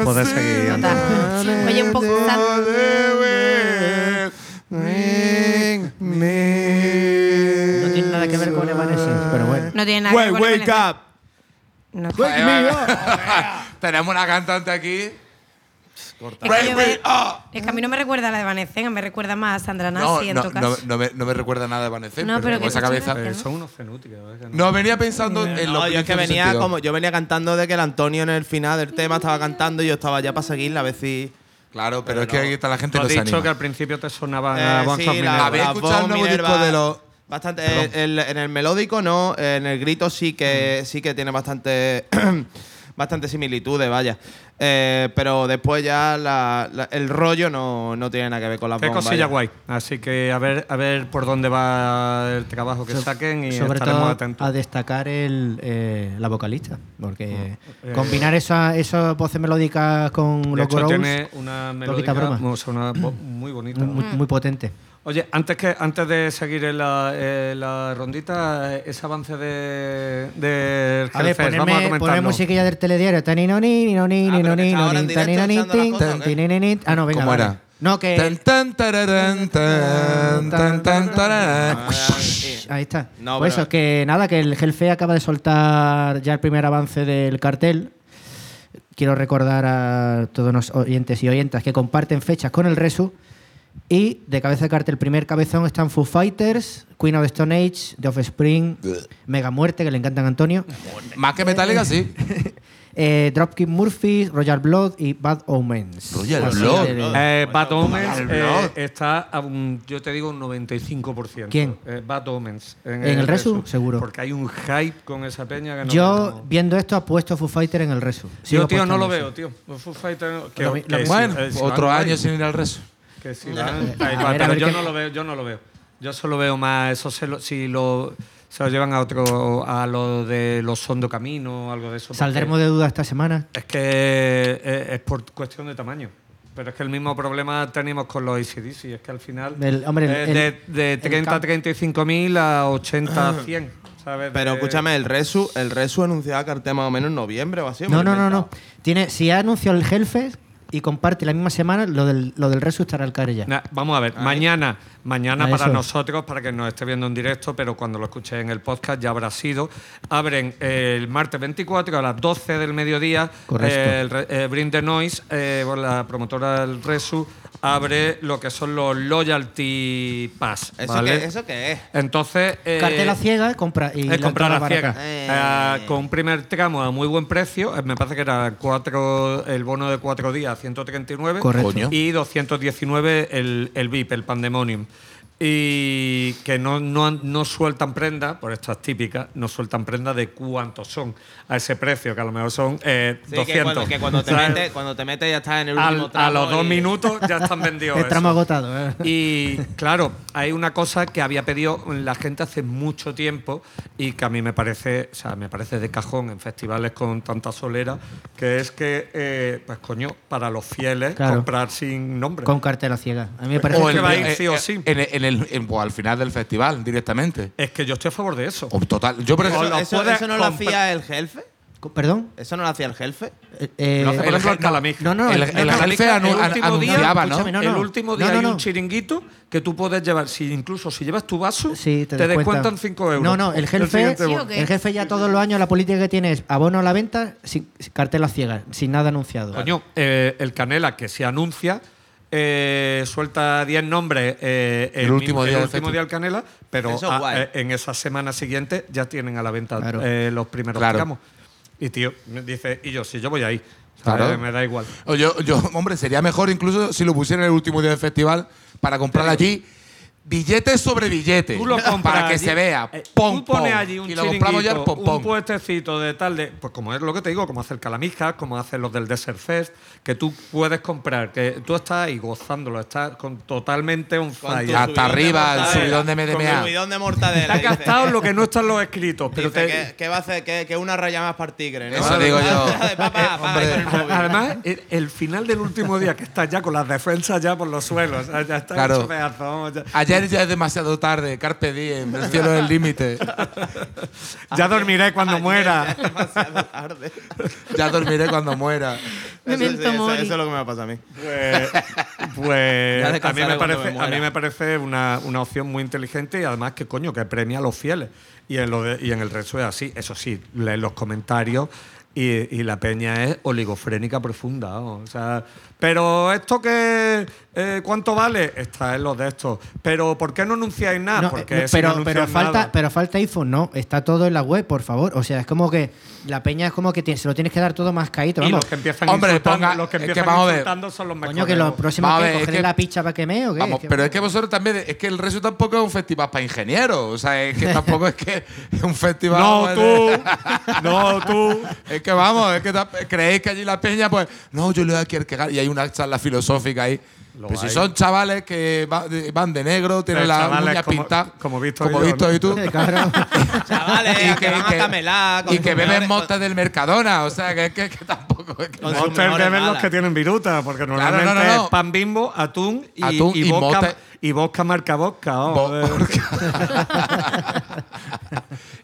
Podés seguir.
Total. Oye, un poco.
No tiene nada que ver con Evanescence, pero bueno.
No tiene nada
Wait,
que ver
wake
con
up.
No
Ahí va. Tenemos una cantante aquí.
Es que, yo me- es que a mí no me recuerda a la de Vanessa, me recuerda más a Sandra Nassi
No,
en
no,
todo
no,
caso.
no me, no me recuerda nada de Vanessa,
No, pero
con
que
esa
escucha
cabeza.
una-
Eh, son unos fenúticos. ¿eh? Que no-
No, venía pensando en lo
No, yo es que venía como yo venía cantando de que el Antonio en el final del tema estaba cantando y yo estaba ya para seguirla a ver si
Claro, pero, es que ahí está la
Tú
gente no
has
se
dicho
anima.
que al principio te sonaba
Eh,
a Bonzo
sí,
Minerva.
la-
Habéis
la
escuchado el
voz
nuevo disco de los-
Bastante. eh, el- en el melódico no, eh, en el grito sí
Mm.
que sí que tiene bastante. bastante similitudes, vaya. Eh, pero después ya la- la- el rollo no, no tiene nada que ver con la
Qué
bomba.
cosilla
vaya.
guay. Así que a ver, a ver por dónde va el trabajo que
So-
saquen y
sobre
estaremos
todo
atentos.
a destacar el, eh, la vocalista, porque
eh,
combinar esa- esas voces melódicas con
De
los
hecho,
growls
tiene una melódica
broma.
mu- suena bo- muy bonita.
muy, muy potente.
Oye, antes, que, antes de seguir en la, eh, la rondita, eh, ese avance de, del
A ver,
Hellfest, vamos a
ponerme, poner
comentarlo.
musiquilla del telediario. Taninoni, ninoni,
Ah, pero que
ninoni,
está ahora en
nonin,
directo
taninoni,
echando las
tin,
cosas, ¿o qué?
tininin, Ah, no, venga,
¿Cómo
vale.
era?
No, que...
Tan, tan, tararán, tan, tan, tan, tararán.
Ah, sí.
Eh, Ahí está.
No,
Por
pero-
eso, que nada, que el Hellfe acaba de soltar ya el primer avance del cartel. Quiero recordar a todos los oyentes y oyentas que comparten fechas con el Resu. Y de cabeza de cartel, primer cabezón están Foo Fighters, Queen of the Stone Age, The Offspring, Mega Muerte, que le encantan a Antonio,
Más que Metallica, sí.
eh, Dropkick Murphys, Royal Blood y Bad Omens.
Royal
Así
Blood.
de-
Eh, Bad Omens
Al
eh,
blog.
está a un, yo te digo, un 95%.
¿Quién?
Eh, Bad Omens.
¿En el Resu? Seguro.
Porque hay un hype con esa peña que no...
Yo,
no-
viendo esto, apuesto a Foo Fighters en el Resu.
Yo,
Sigo
tío, no
apostando
lo
a eso.
veo, tío. Los Foo Fighters no- que-
Lo mi-
que
lo
sí,
mismo.
Bueno,
eh, sí,
otro
van
año
ahí.
sin ir al rezo.
Que sí, van,
a
ahí
ver,
va,
a
pero
ver
yo
qué-
no lo veo, yo no lo veo. Yo solo veo más eso se lo- si lo se lo llevan a otro a lo de los hondo camino o algo de eso. porque
Saldremos de duda esta semana.
Es que eh, es por cuestión de tamaño. Pero es que el mismo problema tenemos con los ACDC. Es que al final.
El- hombre, el-
eh, de,
el-
de
el
30
cam-
35 mil a 80 100. ¿sabes?
Ah. Pero
De-
escúchame, el Resu, el Resu anunciaba cartel más o menos en noviembre o así.
No, no, no, no. Tiene, si ha anunciado el Hellfest y comparte la misma semana, lo del, lo del Resu estará al care ya.
Na- vamos a ver, mañana, mañana
Ah,
para
eso.
nosotros, para que nos esté viendo en directo, pero cuando lo escuche en el podcast ya habrá sido. Abren eh, el martes 24 a las 12 del mediodía.
Correcto.
eh, el re- eh, Bring the Noise, eh, por la promotora del Resu, abre lo que son los Loyalty Pass.
¿Eso,
¿vale?
qué, ¿Eso qué es?
Entonces. eh,
Cartel a ciega, compra y
es
la
comprar a
entrada
ciegas.
barata.
Eh, con un primer tramo a muy buen precio, eh, me parece que era cuatro, el bono de cuatro días, 139.
Correcto.
Coño.
Y 219 el, el VIP, el Pandemonium. Y que no, no, han- no sueltan prenda, por estas típicas, no sueltan prenda de cuántos son a ese precio, que a lo mejor son eh,
Sí,
200.
que cuando, que cuando te
¿Sabes?
metes cuando te metes ya estás en el
Al-
último tramo.
a los dos
y-
minutos ya están vendidos.
El
eso.
tramo agotado. eh.
Y claro, hay una cosa que había pedido la gente hace mucho tiempo y que a mí me parece, o sea, me parece de cajón en festivales con tanta solera, que es que, eh, pues coño, para los fieles
Claro.
comprar sin nombre.
Con cartel a ciega. A mí me parece
O
que
el va a ir
eh,
sí o
eh,
sí.
En, el- en el- en- pues, al final del festival, directamente.
es que yo estoy a favor de eso.
O total. Yo, por
O
ejemplo,
lo
¿Eso, eso-
puedes
eso no lo
comprar.
hacía el jefe?
Co- ¿Perdón.
¿Eso no lo hacía el jefe?
Eh, eh,
Lo hace, por
el
ejemplo,
Hel-
el Calamija.
no, no,
el,
el-
el,
no, no,
Hellfest
el
anu-
último
an-
día,
anunciaba, ¿no?
escúchame, no,
el último día
No, no,
hay un
no.
chiringuito que tú puedes llevar, si incluso si llevas tu vaso,
Sí, te, descuentan.
descuentan 5 euros.
No, no, el jefe,
siguiente
Sí,
bono.
ok.
el jefe ya todos los años la política que tiene es abono a la venta sin, sin cartel a ciegas, sin nada anunciado.
Coño, eh, el Canela que se anuncia, eh, suelta 10 nombres eh,
El último
mi-
día
el
del
último
festival.
día del Canela, pero
Eso es
a-
guay.
eh, en esa semana siguiente ya tienen a la venta
Claro.
eh, los primeros
Claro.
tramos. Y tío, me dice, y yo, si yo voy ahí,
Claro.
¿sabes? me da igual.
O Yo, yo, hombre, sería mejor incluso si lo pusieran el último día del festival para comprar allí billete sobre billete.
Tú lo compras
Para que
allí,
se vea.
eh,
Pom,
tú pones
pom.
allí un
y lo compramos ya el
chiringuito,
pom,
un
pom.
puestecito de tal de, pues como es lo que te digo, como hace el Calamijas, como hacen los del Desert Fest, que tú puedes comprar, que tú estás ahí gozándolo, estás con totalmente on
Con tu
fire.
Hasta
subidón de
arriba, el
mortadela.
subidón de
Con
MDMA.
el subidón de mortadela.
Te has
dice.
gastado lo que no están los escritos, pero
Dice,
te-
¿qué, qué va a hacer? Que, que una raya más para el tigre, ¿no?
Eso digo yo.
Pa, pa, pa,
Hombre.
con el móvil.
Además, el, el final del último día que estás ya con las defensas ya por los suelos, o sea, ya está
Claro.
hecho pedazo, vamos, ya,
Ayer ya es demasiado tarde. Carpe diem. El cielo es el límite.
ya dormiré cuando
Ayer ya
muera.
es demasiado tarde.
Ya dormiré cuando muera.
Eso, sí,
Memento
eso,
mori.
eso es lo que me pasa a mí.
Pues, pues
Ya
a, mí
descansaré
me
cuando
parece,
me
a
muera.
mí me parece una, una opción muy inteligente y además que coño, que premia a los fieles. Y en, lo de- y en el resto es así. Eso sí, lees los comentarios y, y la peña es oligofrénica profunda. vamos. O sea, pero esto que. eh, ¿Cuánto vale? Está en los de estos. Pero ¿por qué no anunciáis nada?
No, eh,
ah, Porque
no,
si no
pero,
anunciáis
pero, falta,
nada-
pero falta info, no. Está todo en la web, por favor. O sea, es como que la peña es como que tiene- se lo tienes que dar todo más caído.
Y
Vamos.
los que empiezan
Hombre,
insultando,
ponga-
los que
es que
empiezan
vamos a ver.
insultando son los mejores.
Coño, que lo próximo
Vamos a
que
ver, es
cogeré
que-
la picha para que me o qué.
Vamos,
¿Qué-
pero es que vosotros también, es que el Resu tampoco es un festival para ingenieros. O sea, es que tampoco es que es un festival.
No,
pues,
tú.
de-
No, tú.
Es que vamos, es que ta- creéis que allí la peña, pues, no, yo le voy a querer cagar. Y hay una charla filosófica ahí.
Lo
Pero si
hay.
son chavales que va- de- van de negro, tienen
Pero
las
chavales
uñas
como-
pintadas.
como visto
como
yo,
visto
¿no?
y tú.
Cabrón.
Chavales,
Y
a que, van a camelar. con
y que
sus
beben
mejores-
motas del Mercadona. O sea, que es que, que tampoco. es que-
Con- sus
Monster
mejores
beben los
balas.
que tienen viruta, porque normalmente
no, no, no.
es pan bimbo, atún y,
Atún
y,
y
vodka,
mota.
y vodka marca vodka. oh,
Bo-
eh.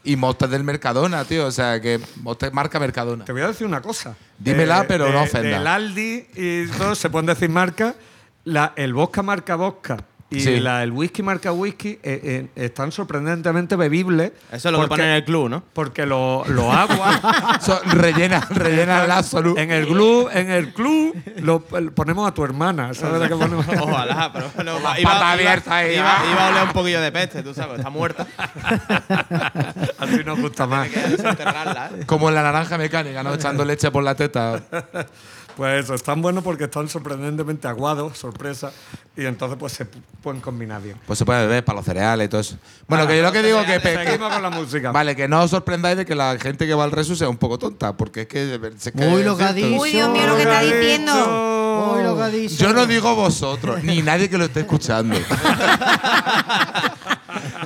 y motas del Mercadona, tío. O sea, que motas marca Mercadona.
Te voy a decir una cosa.
Dímela, pero no ofenda.
ofendas. El Aldi y todo se pueden decir marca. La, el vodka marca vodka y
Sí.
la, el whisky marca whisky eh, eh, están sorprendentemente bebibles.
Eso es lo que
porque-
ponen en el club, ¿no?
Porque lo, lo agua.
So- rellena, rellena el absoluto.
en el club, en el club lo ponemos a tu hermana. ¿sabes lo que ponemos?
Ojalá, pero bueno,
las patas abiertas ahí,
iba,
va.
iba a oler un poquillo de peste, tú sabes, está muerta.
Así nos gusta más.
Hay que desenterrarla, ¿eh?
Como en la naranja mecánica, ¿no? Echando leche por la teta.
Pues eso, están buenos porque están sorprendentemente aguados, sorpresa, y entonces pues se pu- pueden combinar bien.
Pues se puede beber para los cereales y todo eso. Bueno, que yo lo que digo que. pe-
Seguimos con la música.
Vale, que no os sorprendáis de que la gente que va al resu sea un poco tonta, porque es que. es que-
Muy lo que ha dicho.
Uy, Dios mío, lo que está diciendo.
Oh.
Uy, lo que ha dicho.
Yo no digo vosotros, ni nadie que lo esté escuchando.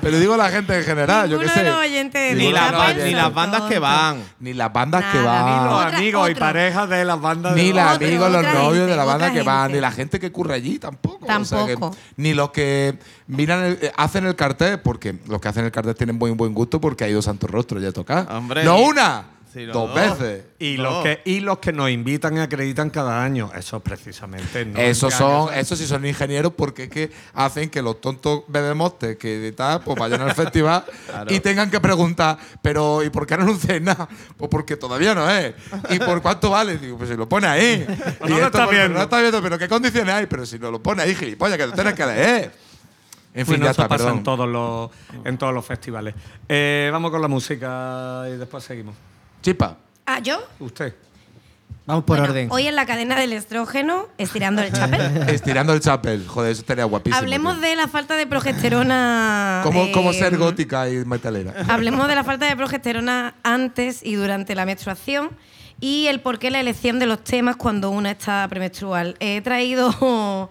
Pero digo la gente en general, yo qué
Ninguno de
sé.
los oyentes de
Ni,
Ninguno
las
de los
ba-
Discapel
ni
oyentes.
las bandas que van.
Ni las bandas que
Nada,
van.
ni
Los
Otra-
amigos y
otro.
parejas de las bandas de
Ni los
la- Otro,
amigos, los
otra
novios
gente,
de la banda
otra
que van,
gente.
ni la gente que curra allí tampoco. O sea que-
Tampoco.
ni los que miran el- eh, hacen el cartel, porque los que hacen el cartel tienen muy buen gusto porque ha ido Santo Rostro ya a tocar.
Hombre,
no
y-
una,
sí, los
dos
dos.
veces.
y los,
No.
que, y los que nos invitan y acreditan cada año. Eso precisamente no.
esos
Claro,
son,
eso-
esos sí son ingenieros porque es que hacen que los tontos bebemostes que y tal, pues vayan al festival y tengan que preguntar, pero ¿y por qué no anunciáis nada? Pues porque todavía no es. ¿Y por cuánto vale? Digo, pues si lo pone ahí.
No
Y
lo
esto
está
porque
viendo.
No lo está viendo, pero ¿qué condiciones hay? Pero si no lo pone ahí, gilipollas, que lo tienes que leer. En fin,
Bueno,
ya
eso
está,
pasa
perdón.
en todos los, en todos los festivales. Eh, vamos con la música y después seguimos.
Chipa.
Ah, ¿yo?
Usted.
Vamos por
Bueno,
orden.
Hoy en la cadena del estrógeno, estirando el chapel.
Estirando el chapel. Joder, eso estaría guapísimo.
Hablemos
tío.
de la falta de progesterona.
¿Cómo,
eh,
cómo ser gótica y metalera?
Hablemos de la falta de progesterona antes y durante la menstruación y el por qué la elección de los temas cuando una está premenstrual. He traído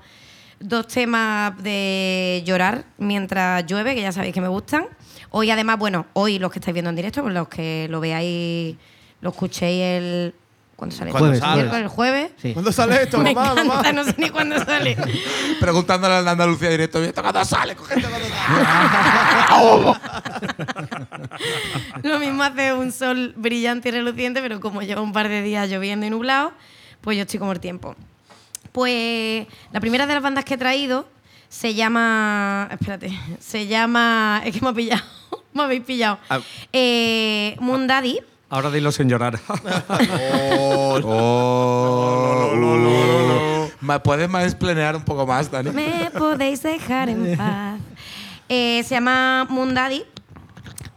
dos temas de llorar mientras llueve, que ya sabéis que me gustan. Hoy además, bueno, hoy los que estáis viendo en directo, pues los que lo veáis, lo escuchéis el... ¿Cuándo sale?
Cuando
¿El
salga.
miércoles, ¿El jueves?
Sí.
¿Cuándo sale esto,
Me
mamá, mamá?
encanta, no sé ni cuándo sale.
Preguntándole a la Andalucía directo, ¿esto cuándo sale? Cogete cuando sale.
Lo mismo hace un sol brillante y reluciente, pero como lleva un par de días lloviendo y nublado, pues yo estoy como el tiempo. Pues la primera de las bandas que he traído se llama. Espérate, se llama. Es que me ha pillado. Me habéis pillado.
Ah.
Eh, Moon Daddy.
Ahora dilo sin llorar.
Oh,
No, no, no, no, no, no.
Ma- ¿Puedes más planear un poco más, Dani?
Me podéis dejar en paz. Eh, se llama Moon Daddy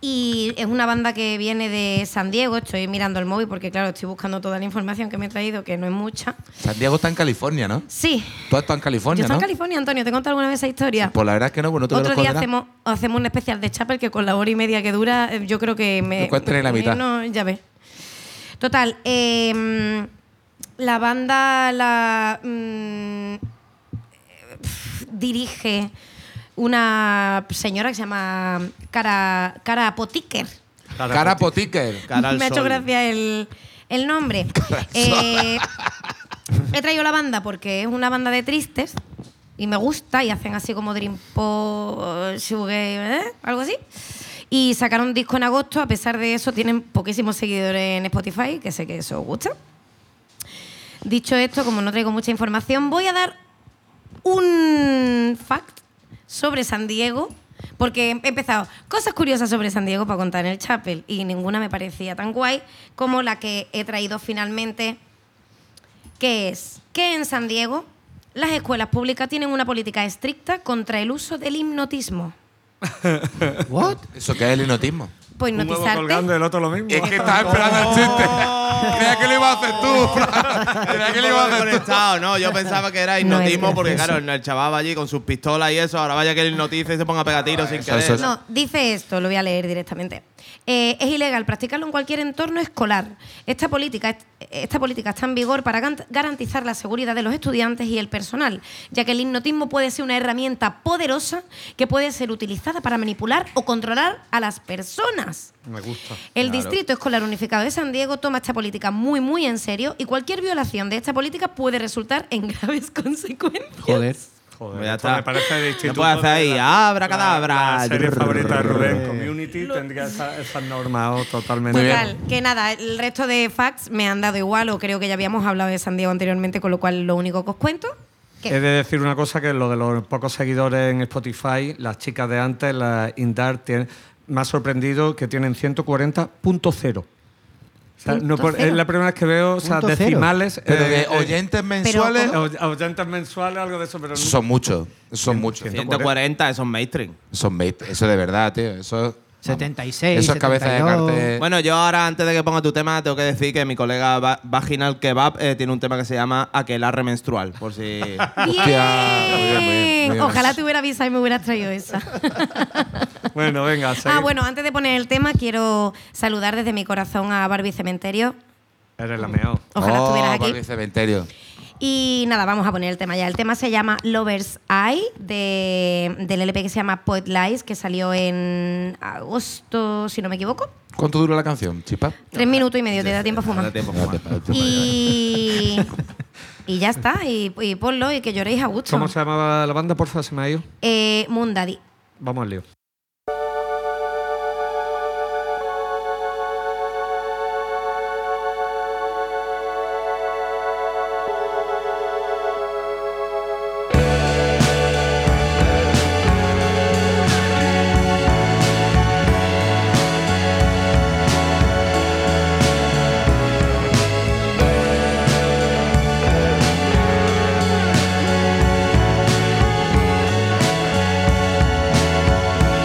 y es una banda que viene de San Diego. Estoy mirando el móvil porque, claro, estoy buscando toda la información que me he traído, que no es mucha.
San Diego está en California, ¿no?
Sí.
Tú has estado en California,
Yo estoy
¿no?
en California, Antonio. ¿Te he contado alguna vez esa historia?
Pues la verdad es que no, bueno, te
Otro
lo
día
contarás.
hacemos, hacemos un especial de Chapel que con la hora y media que dura, eh, yo creo que me.
No cuesta ni la mitad.
No, ya ves. Total, eh, la banda la mm, pf, dirige una señora que se llama Cara, Cara Potiker.
Cara Potiker.
Cara al
me ha hecho
sol.
gracia el, el nombre. Eh, he traído la banda porque es una banda de tristes y me gusta y hacen así como Dream Pop, Shoegay, ¿eh? algo así. Y sacaron un disco en agosto, a pesar de eso tienen poquísimos seguidores en Spotify, que sé que eso os gusta. Dicho esto, como no traigo mucha información, voy a dar un fact sobre San Diego, porque he empezado cosas curiosas sobre San Diego para contar en el Chapel y ninguna me parecía tan guay como la que he traído finalmente, que es que en San Diego las escuelas públicas tienen una política estricta contra el uso del hipnotismo.
¿What?
¿Eso qué es el hipnotismo?
Pues
Un huevo colgando
hipnotizarte.
el otro lo mismo.
Es que estaba esperando el chiste. Creía que lo iba a hacer tú, Fran. Creía que lo iba a hacer tú.
conectado, no, yo pensaba que era
No es
hipnotismo porque
gracioso.
claro, el chaval va allí con sus pistolas y eso, ahora vaya que el hipnotiza y se ponga a pegar tiros sin
eso, eso,
querer.
eso.
No, dice esto, lo voy a leer directamente. Eh, es ilegal practicarlo en cualquier entorno escolar. Esta política, esta política está en vigor para gan- garantizar la seguridad de los estudiantes y el personal, ya que el hipnotismo puede ser una herramienta poderosa que puede ser utilizada para manipular o controlar a las personas.
Me gusta.
El Distrito Escolar Unificado de San Diego toma esta política muy, muy en serio y cualquier violación de esta política puede resultar en graves consecuencias.
Joder.
Joder,
Pues ya
esto
está.
me parece de
No
instituto
puede hacer
de
ahí,
la-
abracadabra.
La, la serie favorita de Rubén,
Eh.
Community, tendría esa- esas normas oh, totalmente.
Total, que nada, el resto de facts me han dado igual o creo que ya habíamos hablado de San Diego anteriormente, con lo cual lo único que os cuento. que-
He de decir una cosa que lo de los pocos seguidores en Spotify, las chicas de antes, las Indar, tienen- me ha sorprendido que tienen 140.0. O sea, no por-
Punto
es la
cero.
primera vez que veo o sea,
Punto cero.
decimales.
Pero
eh,
de
eh,
oyentes mensuales
¿cómo?
oy- oyentes mensuales, algo de eso, pero nunca-
son muchos. Son muchos.
140, eso es mainstream.
Son mate. Eso de verdad, tío. Eso,
76.
eso es cabeza de
72.
cartel.
Bueno, yo ahora, antes de que ponga tu tema, tengo que decir que mi colega Va- Vaginal Kebab eh, tiene un tema que se llama Aquelarre Menstrual, por si...
¡Bien!
Hostia, muy bien, muy bien, muy bien.
Ojalá te hubiera avisado y me hubieras traído esa.
Bueno, venga,
ah,
seguimos.
bueno, antes de poner el tema, quiero saludar desde mi corazón a Barbie Cementerio.
Eres la mejor.
Ojalá
Oh,
estuvieras aquí.
Barbie Cementerio.
Y nada, vamos a poner el tema ya. El tema se llama Lover's Eye, de, del LP que se llama Poet Lies, que salió en agosto, si no me equivoco.
¿Cuánto dura la canción, Chipa?
Tres minutos y medio, te da tiempo a fumar.
Da tiempo a fumar.
Y, y ya está, y, y ponlo y que lloréis a gusto.
¿Cómo se llamaba la banda? Porfa, se me ha ido.
Eh, Moon Daddy.
Vamos al lío.
Thank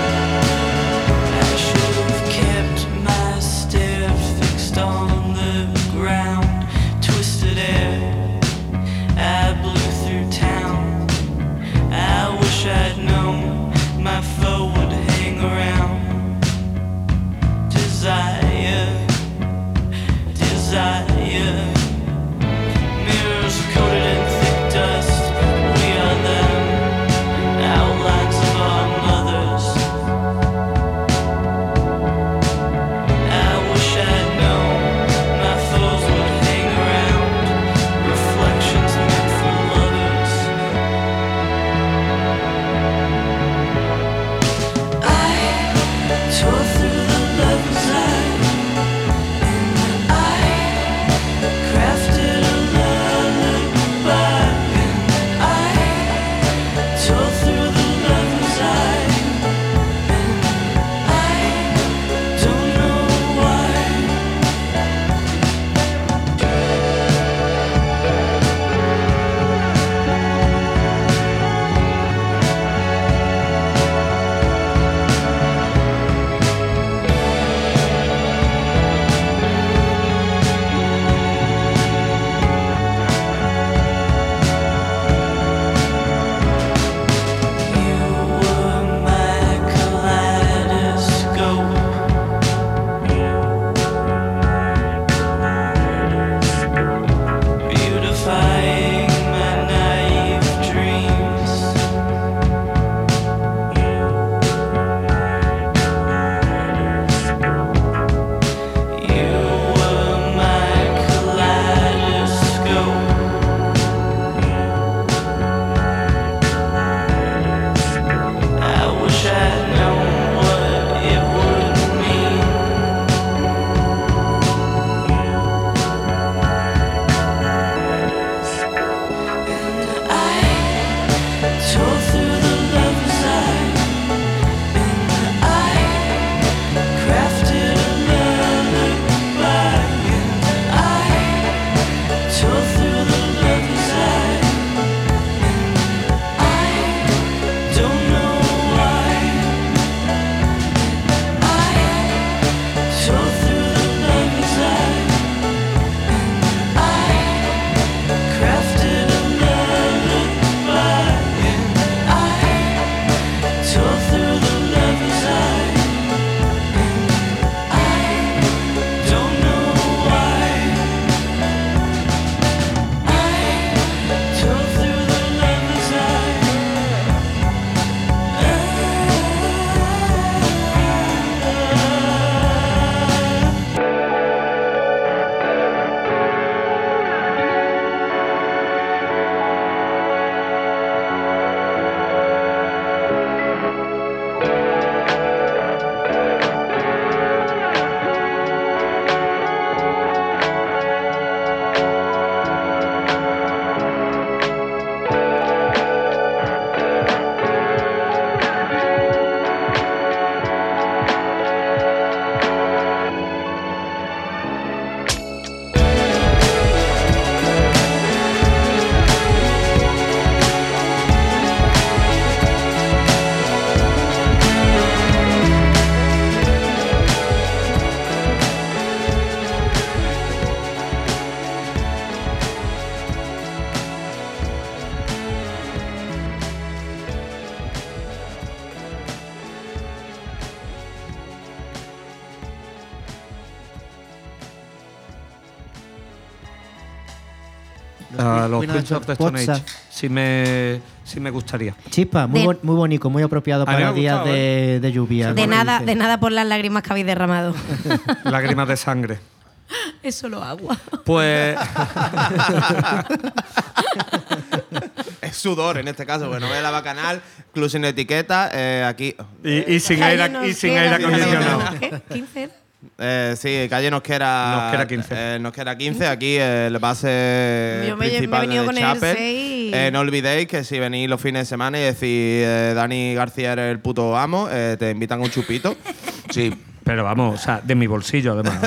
a Ah, los
Queen of
Queens of the Stone
Potsdam.
Age. Sí me, sí me gustaría.
Chispa, muy,
De-
bon- muy bonito, muy apropiado
A mí me
para
ha
días
gustado,
de, de lluvia.
De
como
nada,
dice.
de nada por las lágrimas que habéis derramado.
Lágrimas de sangre.
Eso lo agua.
Pues
Es sudor en este caso, porque no ve la bacanal, club sin etiqueta, eh, aquí.
y, y sin aire, y sin aire acondicionado.
¿Qué? ¿15 era?
eh, sí, calle Nosquera.
Nosquera 15.
eh, Nosquera 15, aquí eh, el base
Yo me- me he
principal
venido
de
con el
Chapel.
seis.
Eh, no olvidéis que si venís los fines de semana y decís eh, Dani García eres el puto amo, eh, te invitan a un chupito.
Sí.
Pero vamos, o sea, de mi bolsillo además.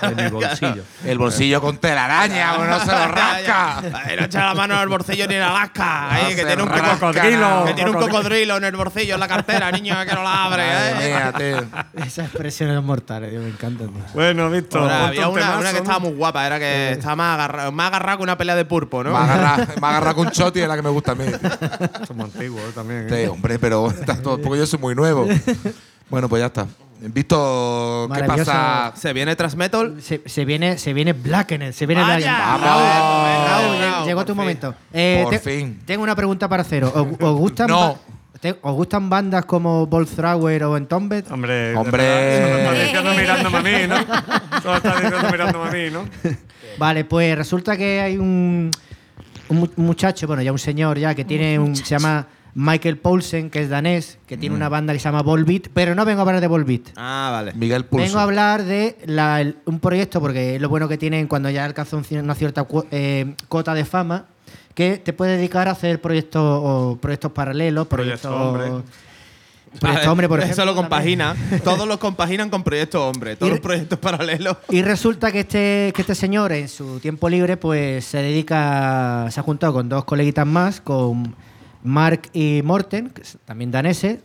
De mi bolsillo.
El bolsillo con telaraña, o no se lo rasca.
Ay, no echa la mano en el bolsillo ni en Alaska.
No
ahí, que
se
tiene un
rasca.
coco-
cocodrilo.
Que tiene un cocodrilo en el bolsillo, en la cartera, niño, que no la abre.
Madre
¿eh?
mía, tío.
Esas expresiones mortales, tío, eh, me encantan. tío.
Bueno, Víctor.
Ahora,
ponte
había
un
una,
temazo,
una que
¿no?
estaba muy guapa, era que estaba más agarrado, más agarrado que una pelea de pulpo, ¿no?
Me agarra, me agarra con Choti, es la que me gusta a mí.
Somos antiguos también. ¿eh?
Sí, hombre, pero está todo- porque yo soy muy nuevo. Bueno, pues ya está. Visto qué
Maravilloso.
pasa.
Se viene Transmetal.
Se, se viene, se viene Blackened, se viene
Vaya.
Blackened.
Vamos.
Raúl,
Bravo,
llegó
por
tu
fin.
momento. Eh,
Por
te-
fin.
Tengo una pregunta para haceros. ¿Os, os gustan
No.
ba- te- ¿Os gustan bandas como Bolthrower o Entombed?
Hombre,
Hombre.
Eso lo estás diciendo mirándome a mí, ¿no? Eso lo estás diciendo mirándome a mí, ¿no?
Vale, pues resulta que hay un, un mu- un muchacho, bueno, ya un señor ya, que tiene un. Se llama Michael Poulsen, que es danés, que tiene una banda que se llama Volbeat, pero no vengo a hablar de Volbeat.
Mm. Ah, vale.
Miguel Pulso.
Vengo a hablar de la- el- un proyecto, porque es lo bueno que tienen cuando ya alcanza un cier- una cierta cu- eh, cota de fama, que te puede dedicar a hacer proyectos o proyectos paralelos, proyectos.
Proyecto hombre.
Proyecto
Ah,
hombre, por
eso
ejemplo.
lo
también.
compagina. Todos los compaginan con proyectos hombre. Todos
Ir-
los proyectos paralelos.
Y resulta que este, que este señor en su tiempo libre pues se dedica, se ha juntado con dos coleguitas más, con Mark y Morten, que es también daneses,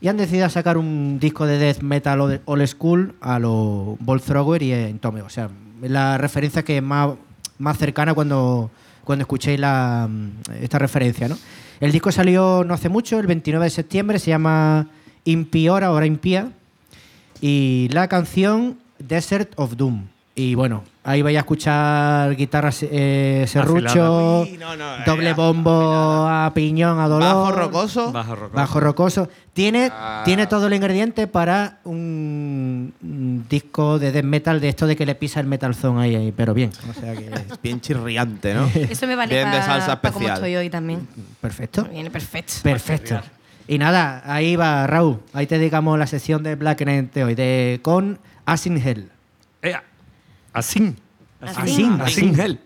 y han decidido sacar un disco de death metal old- old school a lo Bolthrower y Entome. O sea, la referencia que es más, más cercana cuando, cuando escuchéis la, mm, esta referencia. ¿no? El disco salió no hace mucho, el 29 de septiembre, se llama Impiora, ahora impía y la canción Desert of Doom. Y bueno, ahí vais a escuchar guitarras eh, serrucho,
Uy, no, no, eh,
doble bombo a piñón, a dolor.
Bajo rocoso.
Bajo rocoso. Ah.
Bajo rocoso. Tiene, tiene todo el ingrediente para un, un disco de death metal, de esto de que le pisa el metal zone ahí, ahí, pero bien. O sea que,
Bien chirriante, ¿no?
Eso me vale
Bien de salsa
para como
especial.
estoy hoy también.
perfecto.
Viene perfecto.
Perfecto. Y nada, ahí va Raúl. Ahí te dedicamos la sesión de Black Knight de hoy, de con Asin Hell.
Eh, así.
Así.
Así, él.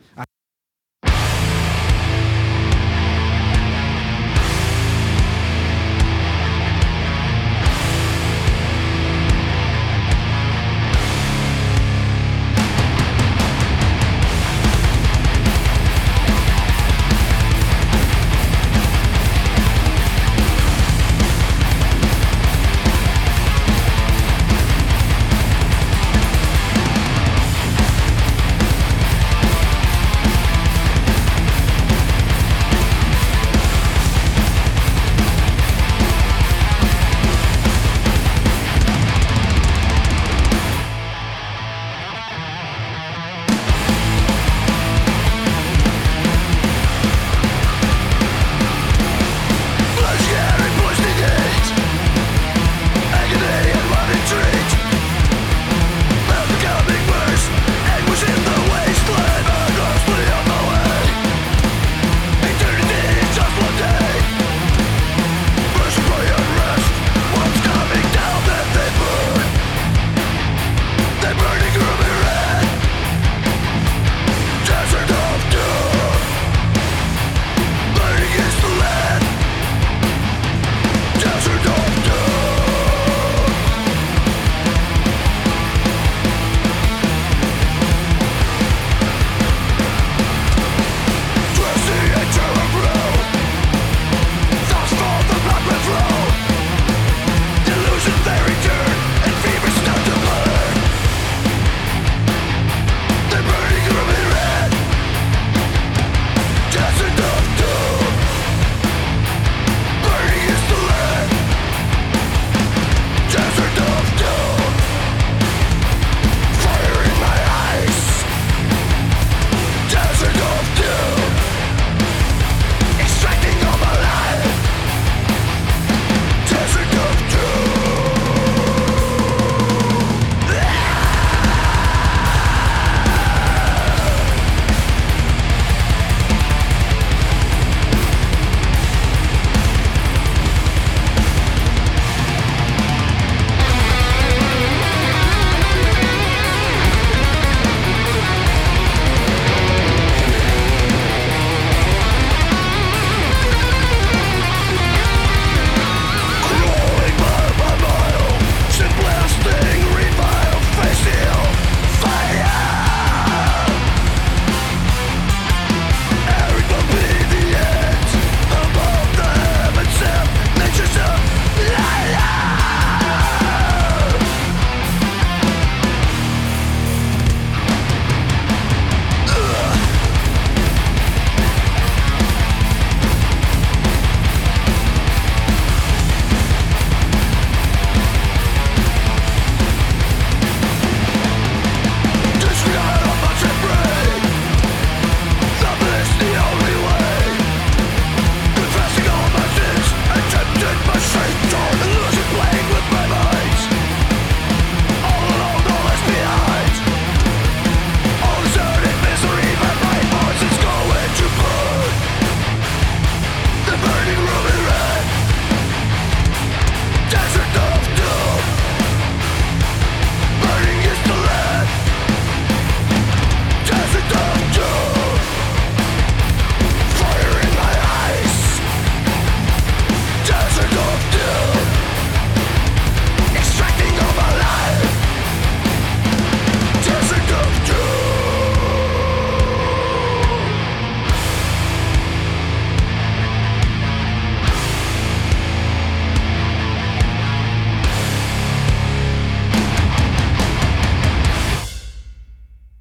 Thank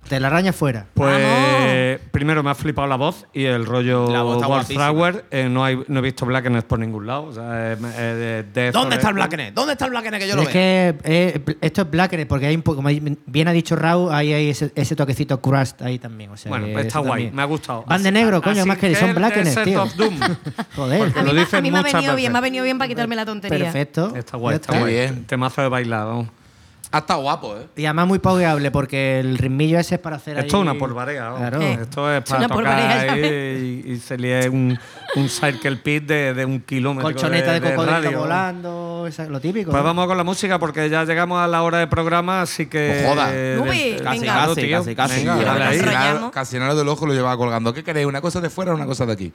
Telaraña fuera.
Pues primero me ha flipado la voz y el rollo
La voz está
Wolf
guapísima.
Flower. Eh, no, hay, no he visto Blackenes por ningún lado. o sea, eh, eh, de- de-
¿Dónde está el
sobre-
Blacknet? ¿Dóned- ¿Dónde está el Blacknet que yo lo
Es
veo?
que eh, esto es Blackberry, porque hay un poco, como bien ha dicho Raúl, ahí hay ese, ese toquecito crust ahí también. O sea,
Bueno,
que
pues está
eso
guay,
también.
me ha gustado.
Van de
Así-
negro, coño,
así
más que son
el
Blackenes,
Desert
tío.
of Doom.
Joder,
Porque
A mí,
lo
me-
dicen
a mí me ha
muchas
venido
veces.
bien, me ha venido bien para quitarme la tontería.
perfecto.
Está guay,
Ya
está
Qué
guay.
bien.
Temazo de bailar, vamos.
Ha estado guapo, ¿eh?
Y además muy paugueable, porque el ritmillo ese es para hacer
Esto es
ahí-
una polvarea, vamos.
Claro.
Eh.
Esto es
Es una
para
polvarea,
tocar
ya
ahí y, y se lie un, un circle pit de, de un kilómetro
Colchoneta de, cocodrilo
radio.
volando, esa- lo típico.
Pues
¿no?
vamos con la música porque ya llegamos a la hora de programa, así que.
No jodas.
eh,
Uy,
de-
Casi,
claro,
casi,
tío.
casi, casi.
Venga,
Ya
dale
nos
ahí.
rayamos.
Casinaro, Casinaro del ojo lo llevaba colgando. ¿Qué queréis? ¿Una cosa de fuera o una cosa de aquí?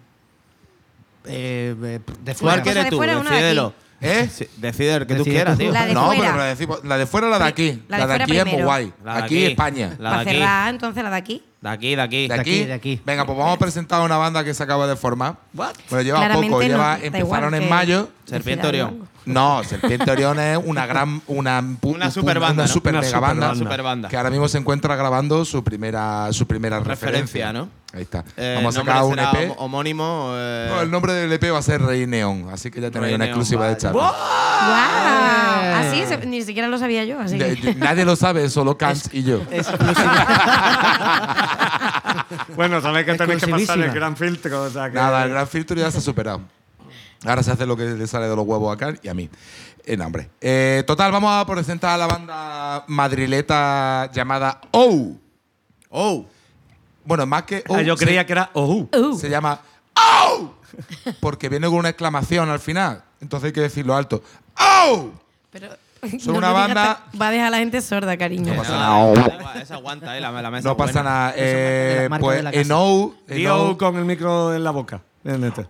Eh, eh, de
¿Cuál
fuera.
que-
quieres
de
tú?
fuera, una de
Decídelo.
aquí.
¿Eh?
Sí, decide el que tú
Decide
quieras,
tú.
tío.
La de
no,
fuera.
pero la de, fi- la de fuera o la de aquí.
La
La
de
de,
fuera
aquí es muy
primero.
guay.
La de
aquí, España.
La
Para
de aquí.
cerrar, entonces la de aquí.
De aquí, de aquí.
De
De
aquí,
aquí, de aquí.
Venga, pues vamos a presentar una banda que se acaba de formar. Bueno, lleva
Claramente
poco,
no,
lleva,
da
empezaron
igual
en
que-
mayo.
Serpiente Orión.
No, Serpiente Orión es una gran. Una, pu-
Una superbanda,
Una
¿no?
super
Una
mega banda.
superbanda.
Superbanda.
Que ahora mismo se encuentra grabando su primera, su primera referencia.
Referencia, ¿no?
Ahí está.
Eh,
Vamos a
nombre
sacar un
será
EP.
hom- Homónimo. eh,
No, el nombre del EP va a ser Rey Neón, así que ya tenéis
Rey
una
Neón,
exclusiva de
vaya.
chat.
¡Guau!
Eh.
Así, se- ni siquiera lo sabía yo. Así que-
De- Nadie lo sabe, solo Kant y yo.
Bueno, sabéis que tenéis que pasar el
Exclusivísima.
gran filtro. O sea que
Nada, el gran filtro ya se ha superado. Ahora se hace lo que le sale de los huevos a Kant y a mí. En hambre. Eh, total, vamos a presentar a la banda madrileta llamada OU.
Oh.
Bueno, más que OU.
Ah, yo
se-
creía que era Ohu.
Uh,
Se llama ¡Au! Porque viene con una exclamación al final. Entonces hay que decirlo alto. ¡Au!
pero
Son
no
una
me digas
banda-
tan- Va a dejar a la gente sorda, cariño.
No pasa
No, da igual, Esa aguanta, eh, la, la mesa.
No pasa
buena.
nada. Eh,
de las marcas
pues
de la casa.
en OU. en
Di
OU,
Ohu con el micro en este. la boca. Bien, neta.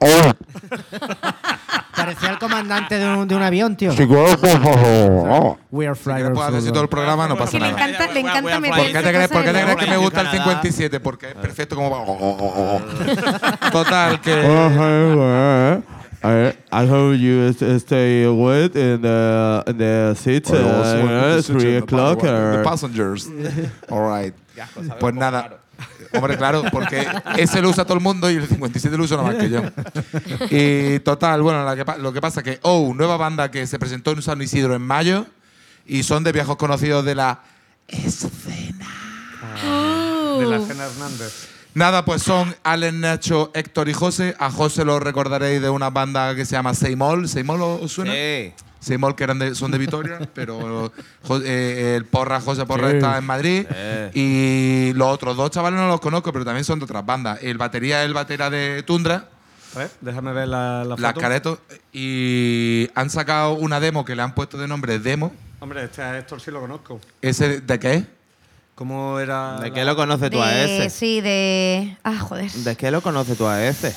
Parecía el comandante de un, de un avión, tío. We are
si quieres
Friday.
puedes hacer así todo el programa, no
Es
pasa
que le
nada.
encanta, le
Voy a- voy a-
encanta meter
¿Por qué
esas
te crees,
cosas
por qué
en
te
la
crees que me
Brasil,
gusta el
Canadá.
57? Porque es perfecto como... va. Total,
Oh.
que...
I, I hope you s- stay awake in the in the seat
eh,
uh, uh, three o'clock.
The
or-
passengers. eh, All right. Pues nada. Hombre, claro, porque ese lo usa todo el mundo y el 57 lo uso nada más que yo. Y total, bueno, la que pa- lo que pasa que OU, nueva banda que se presentó en San Isidro en mayo y son de viejos conocidos de la
Uh.
De la cena Hernández.
Nada, pues son Allen, Nacho, Héctor y José. A José lo recordaréis de una banda que se llama Seymol. ¿Seymol os suena?
Sí.
Seymol, que eran de- son de Vitoria, pero jo- eh, el Porra, José Porra está en Madrid.
Eh.
Y los otros dos chavales no los conozco, pero también son de otras bandas. El batería es el batera de Tundra,
A ver, Pues, déjame ver la, la foto.
Las Caretos. Y han sacado una demo que le han puesto de nombre Demo.
Hombre, este a Héctor sí lo conozco.
¿Ese de qué es?
¿Cómo era?
¿De
la-
qué lo conoces tú a
De,
ese?
sí, de. Ah, joder.
¿De qué lo conoces tú a ese?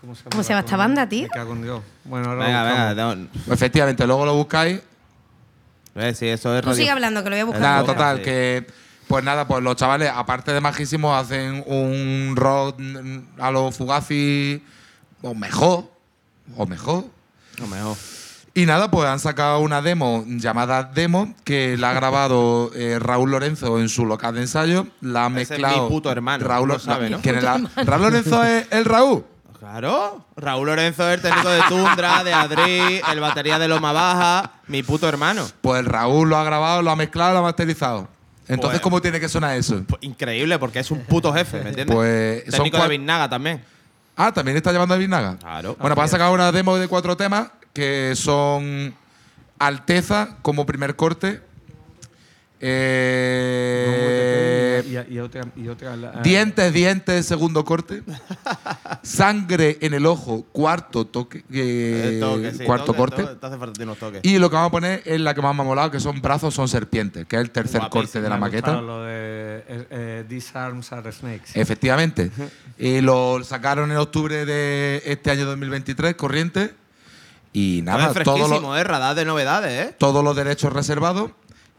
¿Cómo se llama,
¿Cómo se llama esta
coño?
banda, tío?
Me cago en Dios. Bueno, ahora
Venga,
lo buscamos.
venga. no.
Efectivamente, luego lo buscáis
Eh, sí, eso es
Tú sigue
radio-
hablando, que lo voy a buscar. Eh,
Nada,
Otra.
total,
Sí.
que pues nada, pues los chavales, aparte de majísimos, hacen un rock mm, a los Fugazi o mejor, o mejor.
No, mejor.
Y nada, pues han sacado una demo llamada Demo, que la ha grabado eh, Raúl Lorenzo en su local de ensayo. La ha
Ese es
mezclado.
mi puto hermano,
Raúl,
lo sabe, ¿no?
¿quién es la- Raúl Lorenzo es el Raúl.
Claro, Raúl Lorenzo es el técnico de Tundra, de Adri, el batería de Loma Baja, mi puto hermano.
Pues Raúl lo ha grabado, lo ha mezclado, lo ha masterizado. Entonces,
Pues-
¿cómo tiene que sonar eso?
Pues increíble, porque es un puto jefe, ¿me entiendes?
Pues, son
técnico de
cuat-
Vinaga también.
Ah, también está llevando a Vinaga.
Claro.
Bueno, pues ha sacado una demo de cuatro temas que son Alteza como primer corte. eh,
Y, y- y otra, y otra,
Ah.
la-
dientes, dientes, segundo corte. Sangre en el ojo, cuarto toque. eh,
Eh, toque, sí,
cuarto
toque,
corte.
toque, te hace falta unos toques.
Y lo que vamos a poner es la que más me ha molado, que son brazos, son serpientes, que es el tercer
Guapísimo,
corte de
me
la
ha
maqueta.
gustado Lo de eh, eh, These Arms Are Snakes.
Efectivamente. y lo sacaron en octubre de este año 2023, corriente. Y nada,
Nada,
todos
fresquísimo,
los,
¿eh? Radar de novedades, ¿eh?
todos los derechos reservados.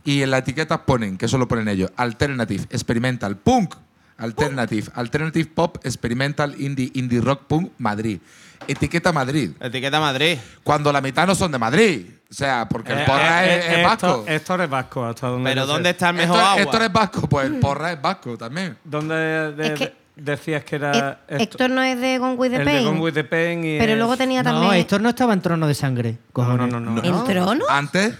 Y en la etiqueta ponen, que eso lo ponen ellos, Alternative, Experimental, Punk, Alternative. Alternative Pop Experimental Indie Indie Rock Punk Madrid. Etiqueta Madrid.
Etiqueta Madrid.
Cuando la mitad no son de Madrid. O sea, porque el porra
Eh, eh,
es,
eh,
es vasco.
Héctor- Héctor es vasco, hasta donde.
Pero
yo sé.
¿dónde está el mejor
Héctor-
agua?
Héctor es vasco, pues el porra es vasco también.
¿Dónde de-
Es que-
decías que
Hec-
era. Ah, esto-
Héctor no es de Gone with the
el de
Pain.
Gone with the Pain y.
pero
es-
luego tenía también.
No, Héctor no estaba en trono de sangre,
No,
cojones.
no, no. no.
¿El trono?
Antes,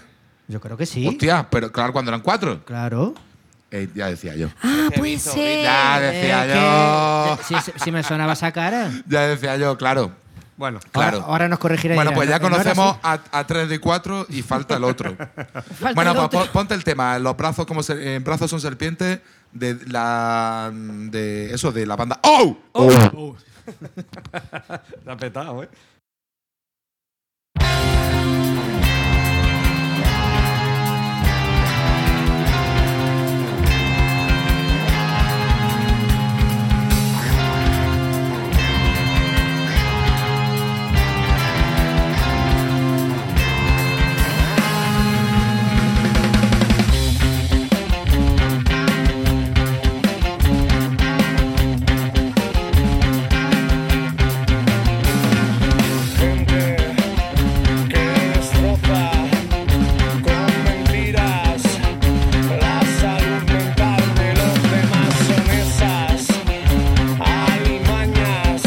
Yo creo que sí.
hostia, pero claro, cuando eran cuatro.
Claro.
Eh, ya decía yo.
Ah,
Que
puede
hizo
ser.
Ya
Eh,
decía yo.
Si, me sonaba esa cara.
Ya decía yo, claro.
Bueno,
Claro.
Ahora, ahora nos corregirá.
Bueno,
y dirá,
pues ya
"No, no era
conocemos
así".
a, a tres de cuatro y falta el otro.
Falta
bueno,
el
pues
otro.
pon- ponte el tema. Los brazos como ser- eh, brazos son serpientes de la de eso de la banda. ¡Oh!
la petado, ¿eh?
Gente que destroza con mentiras la salud mental de los demás son esas alimañas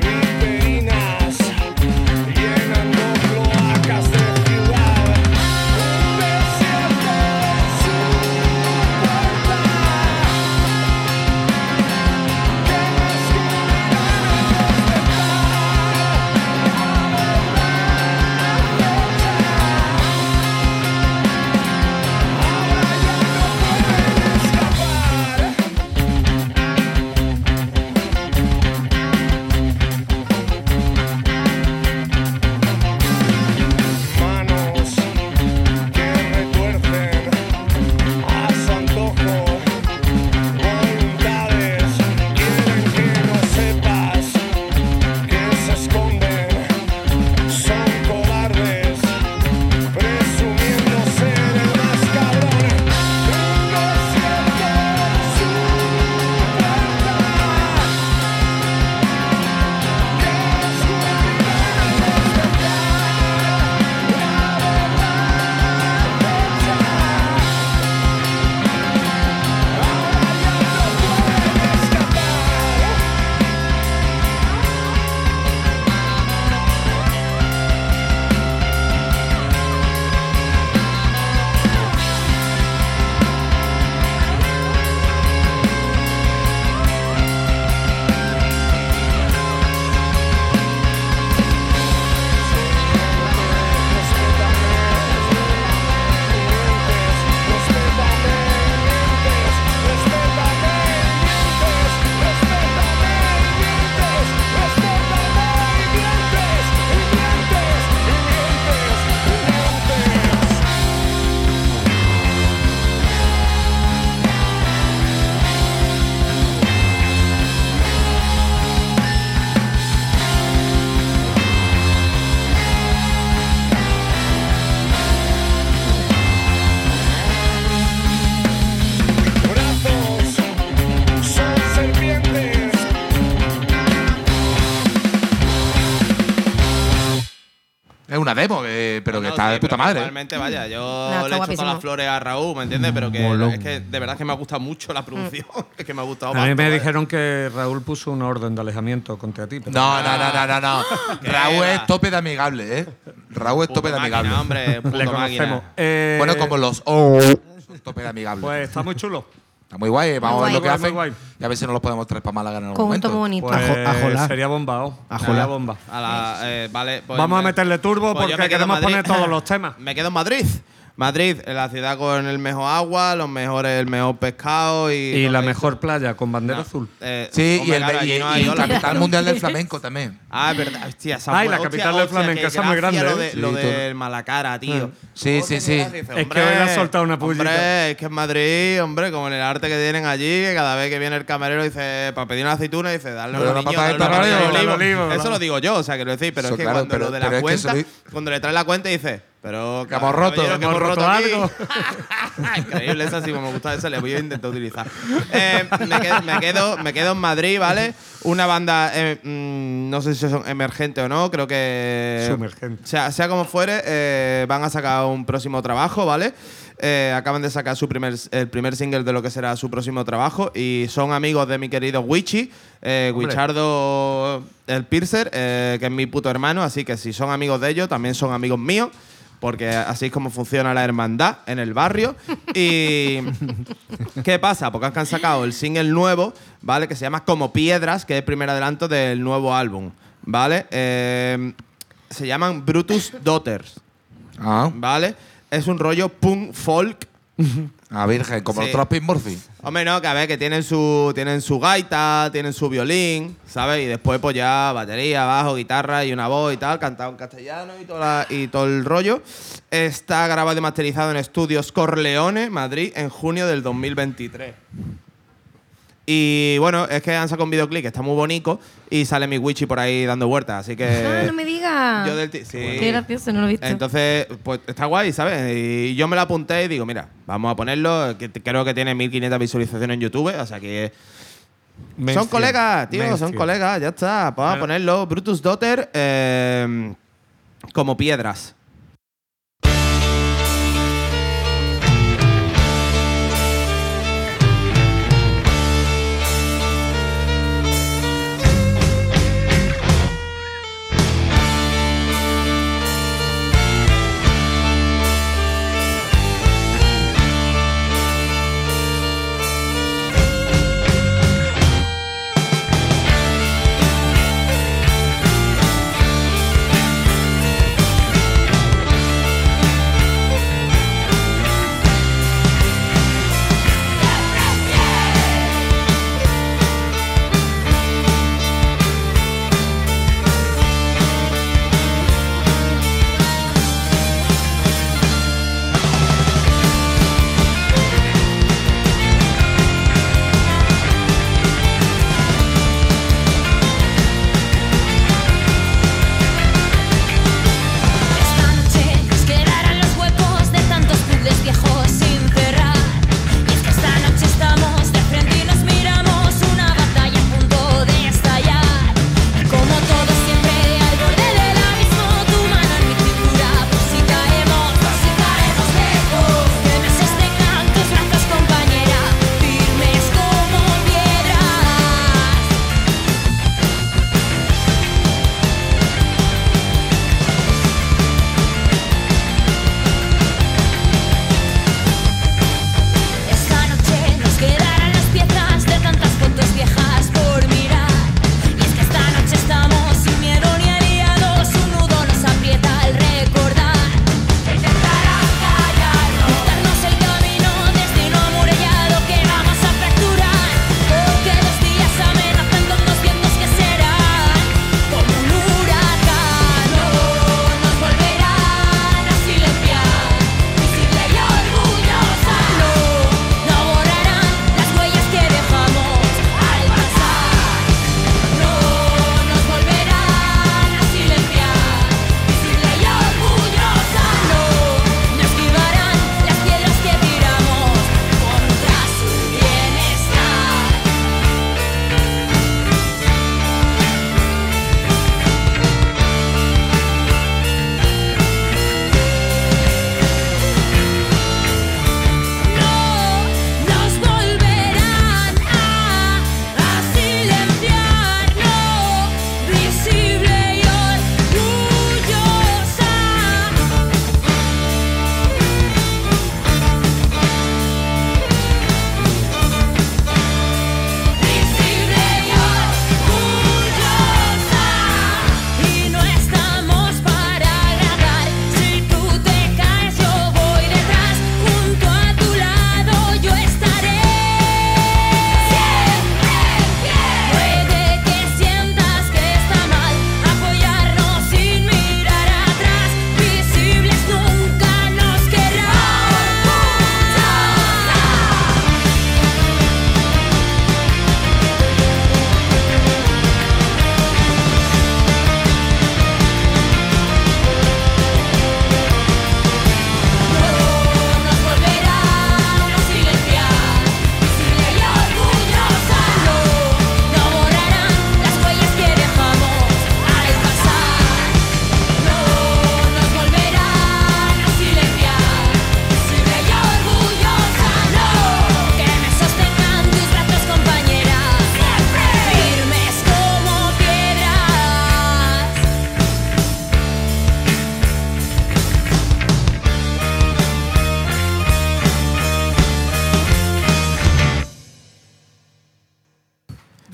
viperinas llenando cloacas de ciudad un desierto su puerta que nos cubrirá nos Ahora ya no pueden escapar. Manos que retuercen a su antojo. Voluntades quieren que no sepas que se esconden. Son cobardes, presumiendo ser el más cabrón. Un desierto su puerta, que descubrirán al despertar la verdad hecha. Ahora ya no pueden escapar. Brazos son serpientes.
Es una demo, eh, pero que
No,
está
sí,
de puta
pero
madre.
Igualmente, vaya, yo
está
le he hecho
guapísimo.
todas las flores a Raúl, ¿me entiendes? Pero que
Molón.
es que de verdad que me ha gustado mucho la producción.
Mm.
Es que me ha gustado
A mí
bastante.
¿eh?
me dijeron que Raúl puso una orden de alejamiento contra ti. pero-
No, no, no, no, no, no.
Ah, Qué
Raúl
va.
es tope de amigable, ¿eh? Raúl es
Puto
tope de
máquina,
amigable.
hombre, puto
le
máquina.
conocemos. Eh,
Bueno, como los oh, son tope de amigable.
Pues está muy chulo.
está muy guay, vamos a
guay.
ver lo que
Muy
hacen.
guay.
Y a ver si nos los podemos traer para Málaga en algún
Conjunto muy
momento.
bonito.
Pues
Ajo- ajolá.
sería bombao.
Ajolá.
Sería bomba.
A la, eh, vale, pues
Vamos a
me-
meterle turbo
pues
porque
yo me quedo en
queremos
Madrid.
poner todos los temas.
Me quedo en Madrid. Madrid, eh, la ciudad con el mejor agua, los mejores, el mejor pescado y.
Y la
todo
mejor playa con bandera
eso.
azul.
Eh,
Sí, y
hombre,
el, y-
claro, aquí no
y
hay
el
olas.
capital mundial del flamenco también.
Ah, es verdad, hostia, esa
Ay,
fue-
la
hostia,
capital del
hostia,
flamenco,
qué
esa es muy
gracia
grande,
Lo, de,
¿eh? Ah,
lo
Sí,
del Malacara, tío.
Sí,
Oh,
sí,
qué
sí.
gracia, dice,
que
hombre,
hoy le ha soltado una pullita.
Hombre, es que en Madrid, hombre, como en el arte que tienen allí, que cada vez que viene el camarero dice, para pedir una aceituna, dice, darle
Pero
una
la
niño,
papa
darle
de
una
tarrareo,
papa de
el
olivo.
olivo,
Eso
¿no?
lo digo yo, o sea, quiero decir, pero
Eso,
es que
claro,
cuando
pero-
lo de
pero
la
es que
cuenta,
eso
cuando le trae la cuenta dice, Pero
Que hemos roto,
caballero, que hemos roto aquí.
algo.
Ah, Increíble esa, sí, como me gusta esa, le voy a intentar utilizar. Eh, me, quedo, me, quedo, me quedo en Madrid, ¿vale? Una banda, eh, mm, no sé si son emergente o no, creo que.
Sumergente.
Sea, sea como fuere, eh, van a sacar un próximo trabajo, ¿vale? Eh, acaban de sacar su primer, el primer single de lo que será su próximo trabajo y son amigos de mi querido Wichi, eh, Wichardo el Piercer, eh, que es mi puto hermano, así que si son amigos de ellos, también son amigos míos porque así es como funciona la hermandad en el barrio. ¿Y qué pasa? Porque han sacado el single nuevo, ¿vale? Que se llama Como Piedras, que es el primer adelanto del nuevo álbum, ¿vale? Eh, se llaman Brutus Daughters,
Ah,
¿vale? Es un rollo punk folk.
a virgen, como
Sí.
los Trapping Murphy.
Hombre, no, que a ver, que tienen su, tienen su gaita, tienen su violín, ¿sabes? Y después, pues ya, batería, bajo, guitarra y una voz y tal, cantado en castellano y, toda la- y todo el rollo. Está grabado y masterizado en estudios Corleone, Madrid, en junio del 2023. Y bueno, es que han sacado un videoclip que está muy bonito y sale mi Wichi por ahí dando vueltas, así
Ah,
que.
no me digas.
Yo del ti- sí.
Qué gracioso, no lo he visto.
Entonces, pues está guay, ¿sabes? Y yo me lo apunté y digo, mira, vamos a ponerlo, que t- creo que tiene 1500 visualizaciones en YouTube, o sea que... Son
Mainstream.
colegas, tío, son
Mainstream.
colegas, ya está, pues vamos a
Claro.
ponerlo. Brutus Daughter eh, como piedras.
pues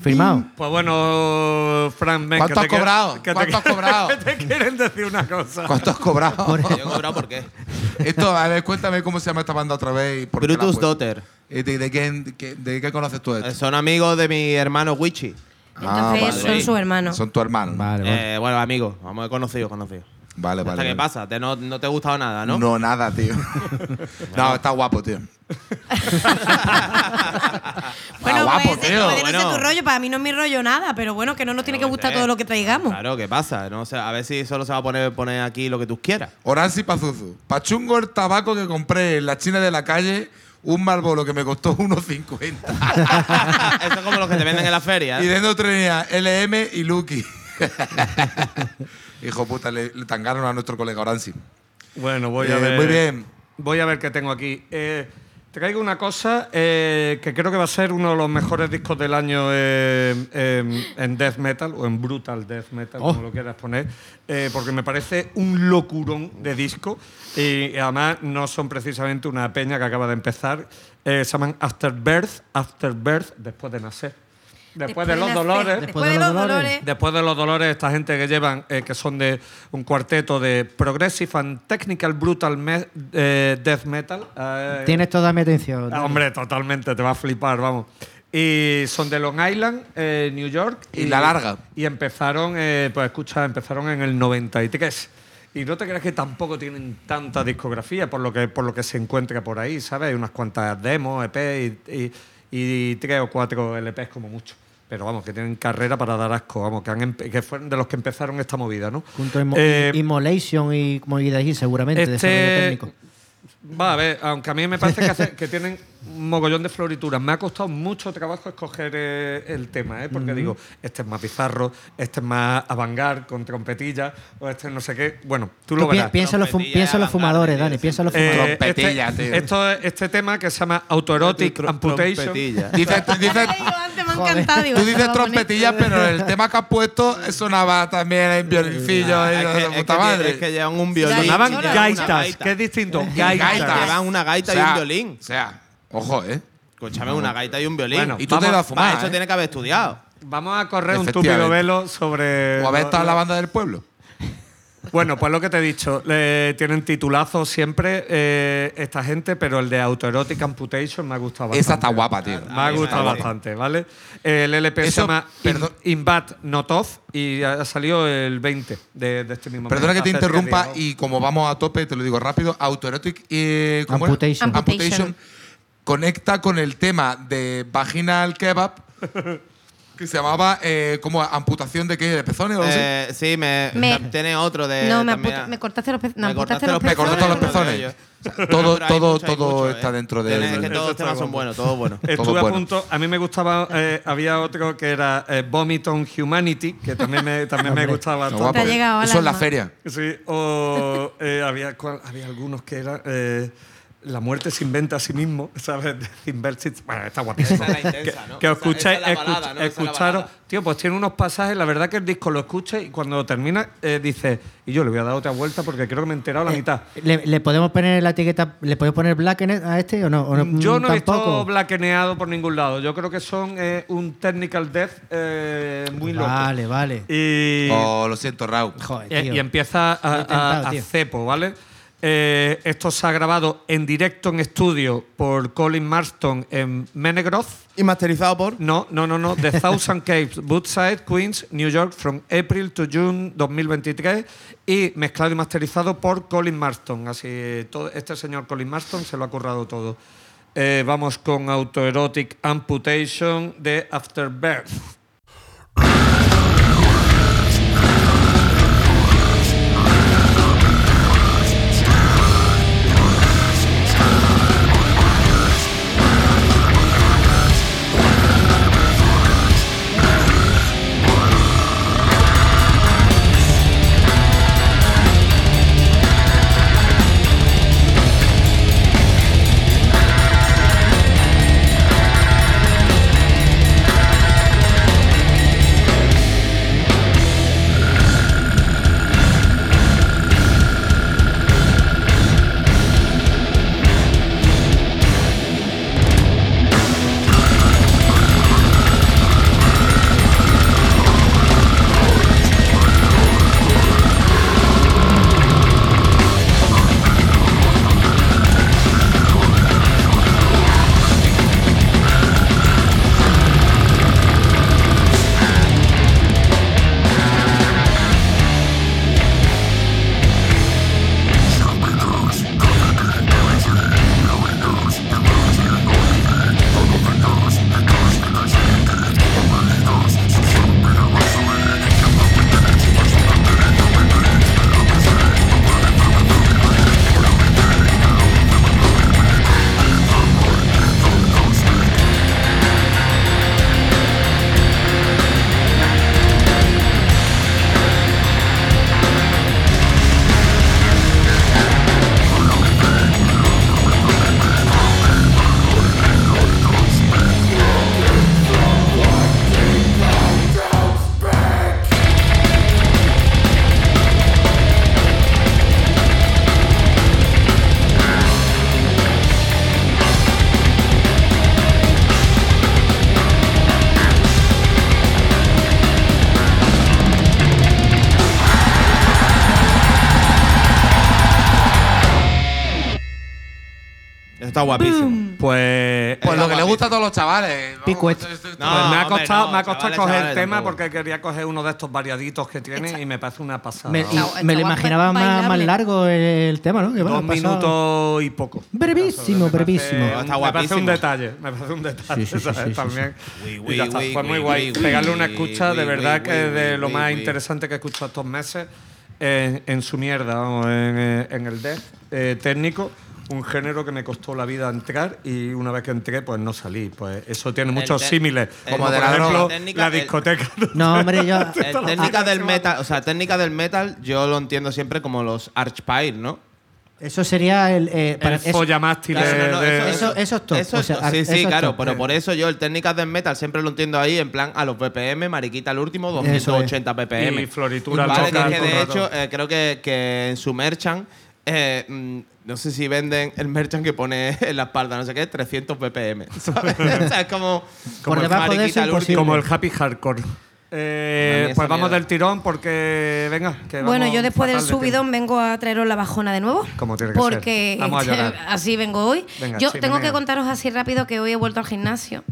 Confirmado.
Mm.
Pues bueno, Frank, ven,
¿Cuánto
que te
has
quie-
cobrado?
que te
¿Cuánto has
quie-
cobrado?
que te quieren decir una cosa.
¿Cuánto has cobrado?
Yo he cobrado por qué.
Esto, a ver, cuéntame cómo se llama esta banda otra vez. y por qué la
Brutus
has puesto.
Dotter.
Eh, ¿De, de quién- de qué, de qué conoces tú esto?
Son amigos de mi hermano Wichi.
Ah,
Entonces
vale.
son su hermano.
Son tu hermano.
Vale, vale.
Eh, bueno, amigos, vamos, conocidos, conocidos.
Vale,
Hasta
vale. vale.
qué pasa, Te- no, no te ha gustado nada, ¿no?
¿no? nada, tío. no, está guapo, tío.
bueno,
guapo,
pues,
tío,
puede no
bueno.
ser tu rollo, para mí no es mi rollo nada, pero bueno, que no nos tiene que
Pero,
gustar
eh,
todo lo que traigamos.
Claro, ¿qué pasa? No, o sea, a ver si solo se va a poner, poner aquí lo que tú quieras.
Oranzi Pazuzu. Pachungo el tabaco que compré en la China de la calle, un Marlboro que me costó 1,50.
Eso es como los que te venden en la feria.
y
¿eh?
dentro tenía LM y Lucky. Hijo puta, le, le tangaron a nuestro colega Oranzi.
Bueno, voy
Eh,
a ver.
muy bien.
Voy a ver qué tengo aquí. Eh, traigo una cosa eh, que creo que va a ser uno de los mejores discos del año eh, em, en death metal o en brutal death metal,
Oh.
como lo quieras poner, eh, porque me parece un locurón de disco y además no son precisamente una peña que acaba de empezar. Eh, se llaman Afterbirth, Afterbirth, después de nacer. Después, de los
nacer,
dolores.
Después de los dolores.
Después de los dolores, esta gente que llevan, eh, que son de un cuarteto de Progressive and Technical Brutal Me- eh, Death Metal. eh,
Tienes toda mi atención.
ah, Hombre, totalmente, te va a flipar, vamos. Y son de Long Island, eh, New York.
Y la larga.
Y empezaron, eh, pues escucha, empezaron en el 93. Y no te creas que tampoco tienen tanta discografía por lo que, por lo que se encuentra por ahí, ¿sabes? Hay unas cuantas demos, EP y, y- y tres o cuatro LPs como mucho. Pero vamos, que tienen carrera para dar asco, vamos, que, han empe- que fueron de los que empezaron esta movida, ¿no?
Junto a Immo-
Eh,
Immolation y movidas así, seguramente, de desarrollo
este,
técnico.
va a ver, aunque a mí me parece que, hace- que tienen un mogollón de florituras. Me ha costado mucho trabajo escoger eh, el tema, ¿eh? porque digo, este es más bizarro, este es más avangar con trompetilla, o este no sé qué. Bueno, tú lo
Tú pi-
verás.
piensa, en los fu-
Trompetilla,
piensa en los
bastante,
fumadores,
tío,
Dani,
sí.
piensa en los
Eh,
fumadores.
Trompetilla,
este,
tío.
esto- este tema que se llama Autoerotic
Tro-
Amputation.
trompetilla.
Dices, tú
Ay,
dices,
digo, antes me ha encantado. digo, esto
tú
lo
dices
va a poner.
trompetillas, pero el tema que has puesto sonaba también en violincillo.
Ah,
y
es,
la
que, es
eh, puta
que-
madre.
es que llevan un violín.
Sonaban
y llevan una
gaitas,
gaita.
que es distinto.
Gaitas.
Gaitas.
Llevan una gaita y un violín.
O sea, ojo, ¿eh?
Escúchame, una gaita y un violín.
Bueno,
Y tú
Vamos,
te vas a
Va,
fumar.
eso
¿eh?
tiene que haber estudiado.
Vamos a correr un tupido
Efectivamente.
velo sobre.
O haber estado en la
lo-
banda del pueblo.
Bueno, pues lo que te he dicho, le tienen titulazos siempre eh, esta gente, pero el de Autoerotic Amputation me ha
Ah,
gustado bastante.
Esa está guapa, tío.
Me ha gustado bastante, ¿vale? El LP
Eso,
se llama In-
perdón.
Invat Not Off y ha salido el 20 de, de este mismo mes.
Perdona que te
Hace tres
interrumpa
días, ¿no?
y como vamos a tope, te lo digo rápido, Autoerotic eh, ¿cómo era?
Amputation.
Amputation
Amputation.
conecta con el tema de Vaginal Kebab que se llamaba eh, como amputación de qué, de pezones o algo así.
Eh, sí, me,
Me-
tiene otro de.
No, me,
Eh, también-
apu- me cortaste los, pe- no,
Me
amputaste
cortaste los
Me cortó todos los
pezones,
pezones.
no
O sea, todo
Pero hay
todo,
mucho, hay
todo
mucho,
está
¿eh?
dentro de...
Tiene- Es que todos los
está
temas son
guapo.
buenos, todos buenos.
Estuve a
bueno.
punto, a mí me gustaba, eh, había otro que era eh, Vomit on Humanity, que también me, también me gustaba.
Está
bastante.
guapo.
ha llegado al
Eso es la
alma.
feria.
Sí, o eh, había, cual- había algunos que era eh, la muerte se inventa a sí mismo, ¿sabes? The Inversits- Bueno, está guapísimo.
Esa es la intensa,
que
¿no?
que os
Esa-
escucháis,
esa es la balada,
escuch-
¿no? Esa es la
escucharos.
balada.
Tío, pues tiene unos pasajes, la verdad que el disco lo escucha y cuando termina eh, dice, y yo le voy a dar otra vuelta porque creo que me he enterado
Eh,
la mitad.
¿Le, le podemos poner la etiqueta, le podemos poner black en e- a este o no? ¿O
Mm, Yo no he visto
tampoco?
blaqueneado por ningún lado. Yo creo que son eh, un technical death eh, muy loco.
Vale, vale.
Y,
Oh, lo siento, Raúl.
Joder,
Eh,
tío.
y empieza a,
Lo he
a-
intentado,
a
tío.
cepo, ¿vale? Eh, esto se ha grabado en directo en estudio por Colin Marston en Menegroth.
Y masterizado por.
No, no, no, no. The Thousand Caves, Woodside, Queens, New York, from April to June 2023. Y mezclado y masterizado por Colin Marston. Así, todo, este señor Colin Marston se lo ha currado todo. Eh, vamos con Autoerotic Amputation de Afterbirth.
Está guapísimo.
Pues.
Pues
Era
lo que le
guapísimo.
gusta a todos los chavales. eh, este,
Picuet.
Pues me
No,
ha
hombre,
costado,
no,
me ha costado coger
chavales, chavales,
el tema
tampoco.
porque quería coger uno de estos variaditos que tienen y me parece una pasada.
Me, y-
Dos
Está-
me lo
está
imaginaba más, más
bailable.
largo el, el tema, ¿no? Que bueno, ha pasado.
minutos y poco.
Brevísimo, brevísimo.
Eh,
Está
me parece un
guapísimo.
detalle, me parece un detalle
Sí, sí, sí,
¿sabes?
sí, sí,
también.
sí.
Y ya está,
Uy, uy,
fue muy
uy,
guay.
uy,
Pegarle
uy,
una escucha,
uy,
de
uy,
verdad
uy,
que
uy,
de
uy,
lo más
uy.
interesante que he escuchado estos meses en, en su mierda, vamos, en, eh, en el death eh, técnico. Un género que me costó la vida entrar y una vez que entré, pues no salí. Pues eso tiene muchos
te-
símiles.
el-
Como
de
por
la droga.
ejemplo,
Técnica,
la
el-
discoteca.
No, hombre, yo. ah,
Eh, técnica del metal, o sea, técnica del metal, yo lo entiendo siempre como los archpire, ¿no?
Eso sería el. eh, para-
El
es-
follamástil
Claro,
de-
no, no,
de-
eso- eso es top,
eso
o
es
sea,
top.
ar-
sí,
eso
sí,
es
claro,
top.
pero por eso yo el técnicas del metal siempre lo entiendo ahí, en plan a los BPM, mariquita al último, 280 BPM.
Y floritura al
Vale, que,
tocar
es que
todo el
de
rato.
hecho, eh, creo que, que en su merchan, eh, mm, no sé si venden el merchan que pone en la espalda, no sé qué, 300 BPM. ¿sabes? o sea, es como.
Por debajo de
mariquita
eso,
al
imposible.
último.
Como el happy hardcore. Eh,
A mí esa
pues vamos
mierda.
del tirón porque venga. que
Bueno,
vamos
yo después del
fatal de
subidón vengo a traeros la bajona de nuevo.
Como tiene que ser.
porque
Vamos a llorar.
así vengo hoy.
Venga,
yo
sí,
tengo
menea.
que contaros así rápido que hoy he vuelto al gimnasio.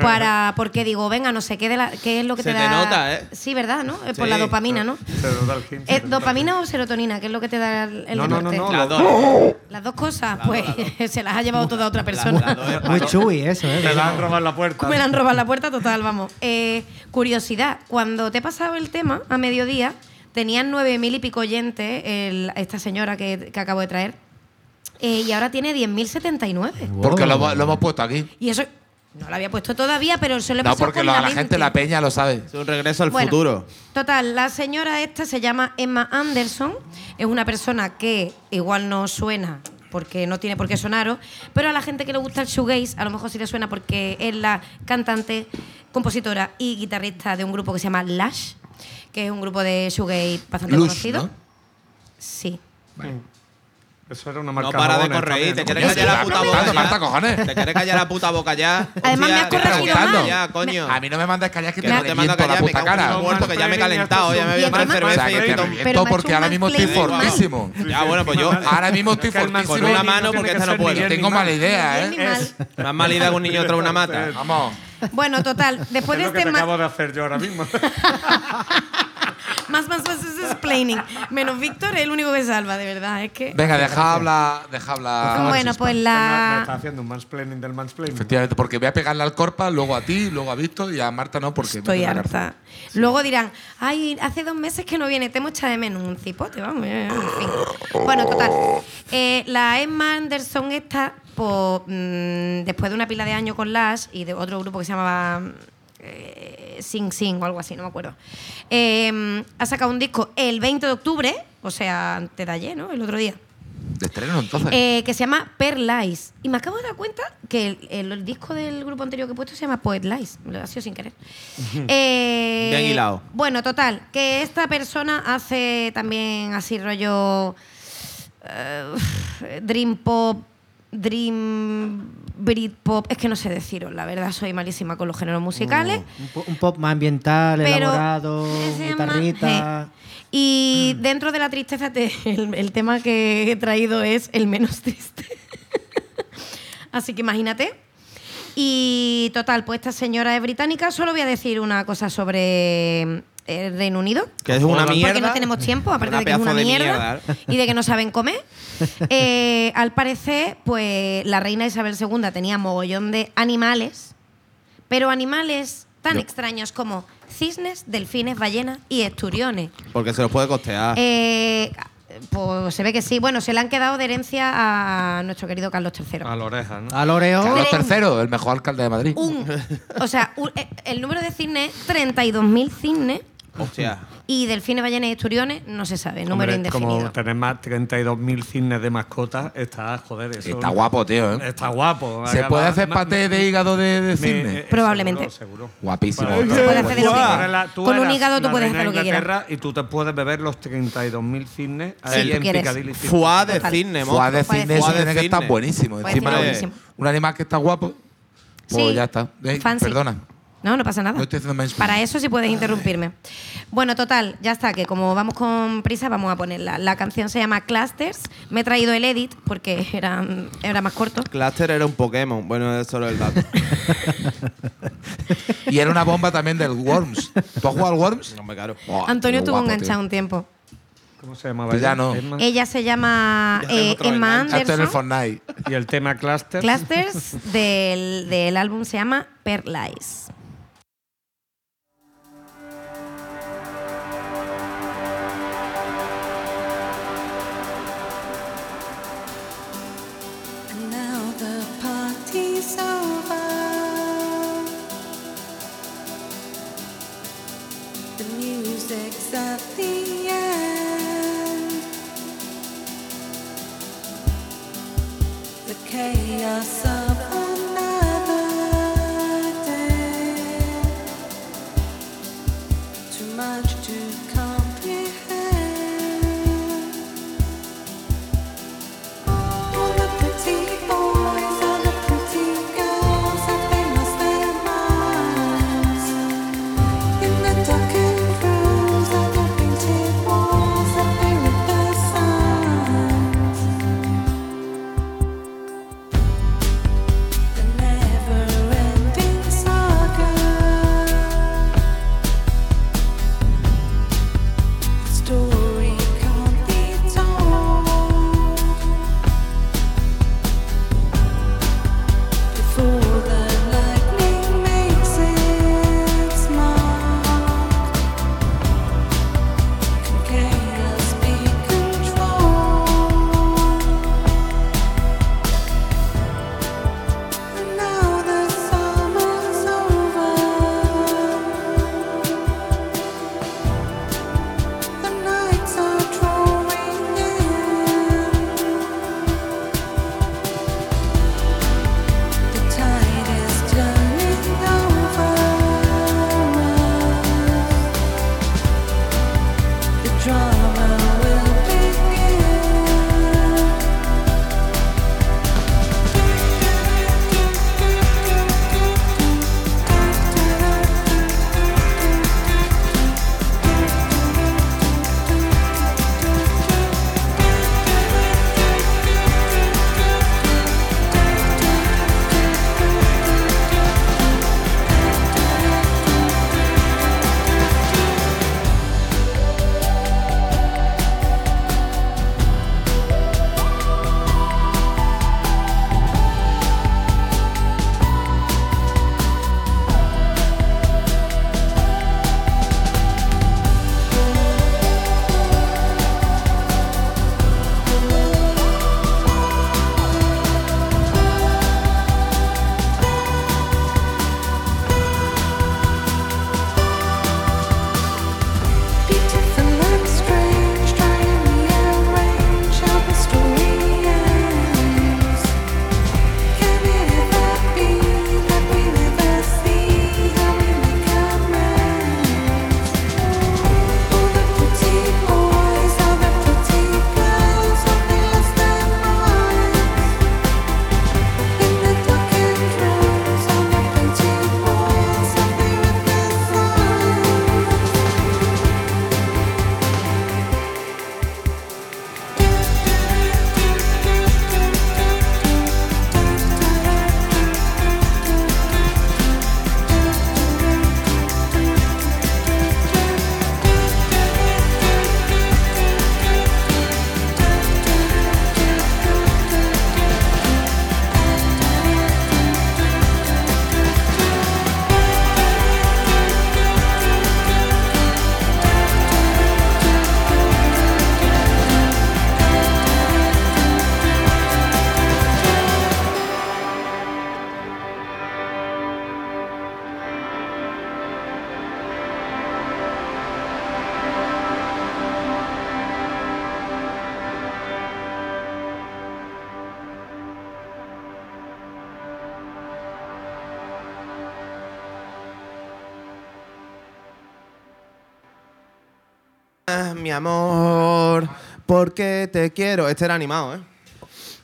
para Porque digo, venga, no sé qué, de la- qué es lo que
Se
te
te
da.
nota, ¿eh?
Sí, ¿verdad? ¿no? Es por
Sí.
la dopamina, ¿no?
tiempo. Se nos da el gym, se nos
Eh,
da el
¿Dopamina o serotonina? ¿Qué es lo que te da el el
No, no, no,
deporte?
no,
Las
lo-
dos.
Las dos cosas, pues se las ha llevado toda otra persona.
las dos,
Muy chuy eso, ¿eh?
gym. Te la han robado en la puerta.
Me la han robado la puerta total, vamos. Eh, curiosidad, cuando te he pasado el tema a mediodía, tenían nueve mil y pico oyentes el- esta señora que, que acabo de traer eh, y ahora tiene 10.079.
Porque lo, hemos- lo hemos puesto aquí.
Y eso no lo había puesto todavía, pero se lo he
No,
pasado
porque
con
lo-
la,
a la gente, la peña, lo sabe.
Es un regreso al
Bueno,
futuro.
Total, la señora esta se llama Emma Anderson, es una persona que igual no suena porque no tiene por qué sonaros, pero a la gente que le gusta el shoegaze a lo mejor sí le suena porque es la cantante, compositora y guitarrista de un grupo que se llama Lash, que es un grupo de shoegaze bastante
Lush,
conocido.
¿no?
Sí.
Eso era una
No
marca.
para de
jabones
correr,
también,
te
¿no?
quieres callar la puta
Marta,
boca. ya.
Marta, cojones.
Te quieres callar la puta boca ya.
Además, me has
Hostia,
corregido
te callas
mal.
ya, coño.
A mí no me mandas callar que te,
Que no
reviento
te mando a callar,
la
me
puta
cago en
cara.
un muerto, que ya me he calentado, ya me voy a
Y además-
tomar
O sea,
cerveza y
que te
estoy tom-
Pero
reviento
me ha
porque
hecho un
ahora mismo estoy
mansplaining.
fortísimo.
Ya, bueno, pues yo
Ahora mismo estoy
Que el
fortísimo.
mansplaining
Con una mano,
tiene
porque
que
esta no
ser
puedo.
ni bien
Tengo
ni
mala
mal.
idea,
Bien ni
¿eh?
mal.
Más mal idea que un niño trae una mata.
Vamos.
Bueno, total, después
Es
de
lo que
este
te
ma-
acabo de hacer yo ahora mismo.
más más más es explaining, menos Víctor es el único que salva, de verdad, es que
Venga, deja hablar. Deja hablar.
bueno, pues
Me
la
está haciendo un mansplaining del mansplaining.
Efectivamente, porque voy a pegarle al Corpa, luego a ti, luego a Víctor y a Marta no, porque.
Estoy
me hace la
harta. Luego dirán, ay, hace dos meses que no viene, te hemos echado de menos un cipote, vamos. eh, en fin. Bueno, total. Eh, la Emma Anderson está, pues, mm, después de una pila de años con Lash y de otro grupo que se llamaba mm, eh, Sing Sing o algo así, no me acuerdo, eh, ha sacado un disco el 20 de octubre, o sea, antes de ayer, ¿no? El otro día.
cara. De estreno, entonces.
Eh, que se llama Per Lies. Y me acabo de dar cuenta que el, el- el disco del grupo anterior que he puesto se llama Poet Lies. Me lo ha sido sin querer. Eh,
Bien hilado.
Bueno, total, que esta persona hace también así rollo eh, Dream Pop, Dream Britpop. Es que no sé deciros, la verdad, soy malísima con los géneros musicales.
Un, po- un pop más ambiental,
Pero
elaborado,
ese ma-
guitarrita.
Sí. Y dentro de la tristeza, te- el, el tema que he traído es el menos triste. Así que imagínate. Y total, pues esta señora es británica. Solo voy a decir una cosa sobre eh, el Reino Unido.
Que es una mierda.
Porque no tenemos tiempo, aparte
Una
de que es una
pedazo de
mierda,
mierda.
y de que no saben comer. Eh, al parecer, pues la reina Isabel II tenía mogollón de animales, pero animales tan
Yo-
extraños como cisnes, delfines, ballenas y esturiones.
¿eh? Porque se los puede costear.
Eh, pues se ve que sí. Bueno, se le han quedado de herencia a nuestro querido Carlos III.
A la oreja,
Ah,
¿no?
Al Oreo.
Carlos III, el mejor alcalde de Madrid.
Un, o sea, un- eh, el número de cisnes, 32.000 cisnes.
Hostia.
Y delfines, ballenas y esturiones no se sabe, número
Hombre,
indefinido.
Como tener más 32.000 cisnes de mascotas, está, joder, eso.
Está guapo, tío, ¿eh?
Está guapo.
¿Se
Acaba-
puede hacer
ma-
paté de hígado de, de
me-
cisne?
eh,
Probablemente.
Seguro. seguro.
Guapísimo.
Bueno,
Se puede hacer de lo
Tú
que quieras.
eres la- tú
Con un
eras
hígado tú
la
puedes
reina
hacer lo que
de
quieras.
Inglaterra Y tú te puedes beber los 32.000 cisnes
Sí,
ahí
tú
en
quieres.
Piccadilly Circus.
Fuá de
Total.
cisne,
Fuá de
Fuá de
cisne, eso
cisne.
tiene que estar buenísimo.
Fuá de
Encima,
cisne
eh,
buenísimo.
un animal que está guapo, pues
Sí.
ya está. Eh,
Fancy.
Perdona.
No, no pasa nada.
No estoy haciendo mansplaining.
Para eso sí puedes interrumpirme. Bueno, total, ya está, que como vamos con prisa, vamos a ponerla. La canción se llama Clusters. Me he traído el edit porque era, era más corto.
Cluster era un Pokémon. Bueno, eso era el dato.
Y era una bomba también del Worms. ¿Tú has jugado al Worms?
no me caro.
Buah,
Antonio
qué
tuvo
guapo,
enganchado
tío.
un tiempo.
¿Cómo se llamaba?
Pues ya
ella?
no.
Emma.
Ella se llama
Ya tengo
eh,
otro
Emma
enganche.
Esto en el
Anderson.
Fortnite.
Y el tema Cluster.
Clusters del, del álbum se llama Perlies.
And now the party's over. The music's at the end. The chaos of another day. Too much to comprehend. All the pretty boys, all the pretty girls, have they lost their minds? In the darkened rooms, on the painted walls, have they read the signs? The never-ending saga. The story can't be told. Before the lightning makes its mark, can chaos be controlled? And now the summer's over, the nights are drawing in. The tide is turning over The drama will begin. Beautiful and strange, trying to rearrange how the story ends. Can it ever be that we never see how we make amends? All the pretty boys, all the pretty girls, have they lost their minds? In the darkened rooms, on the painted walls, have they read the signs?
Ah, mi amor, porque te quiero. Este era animado, ¿eh?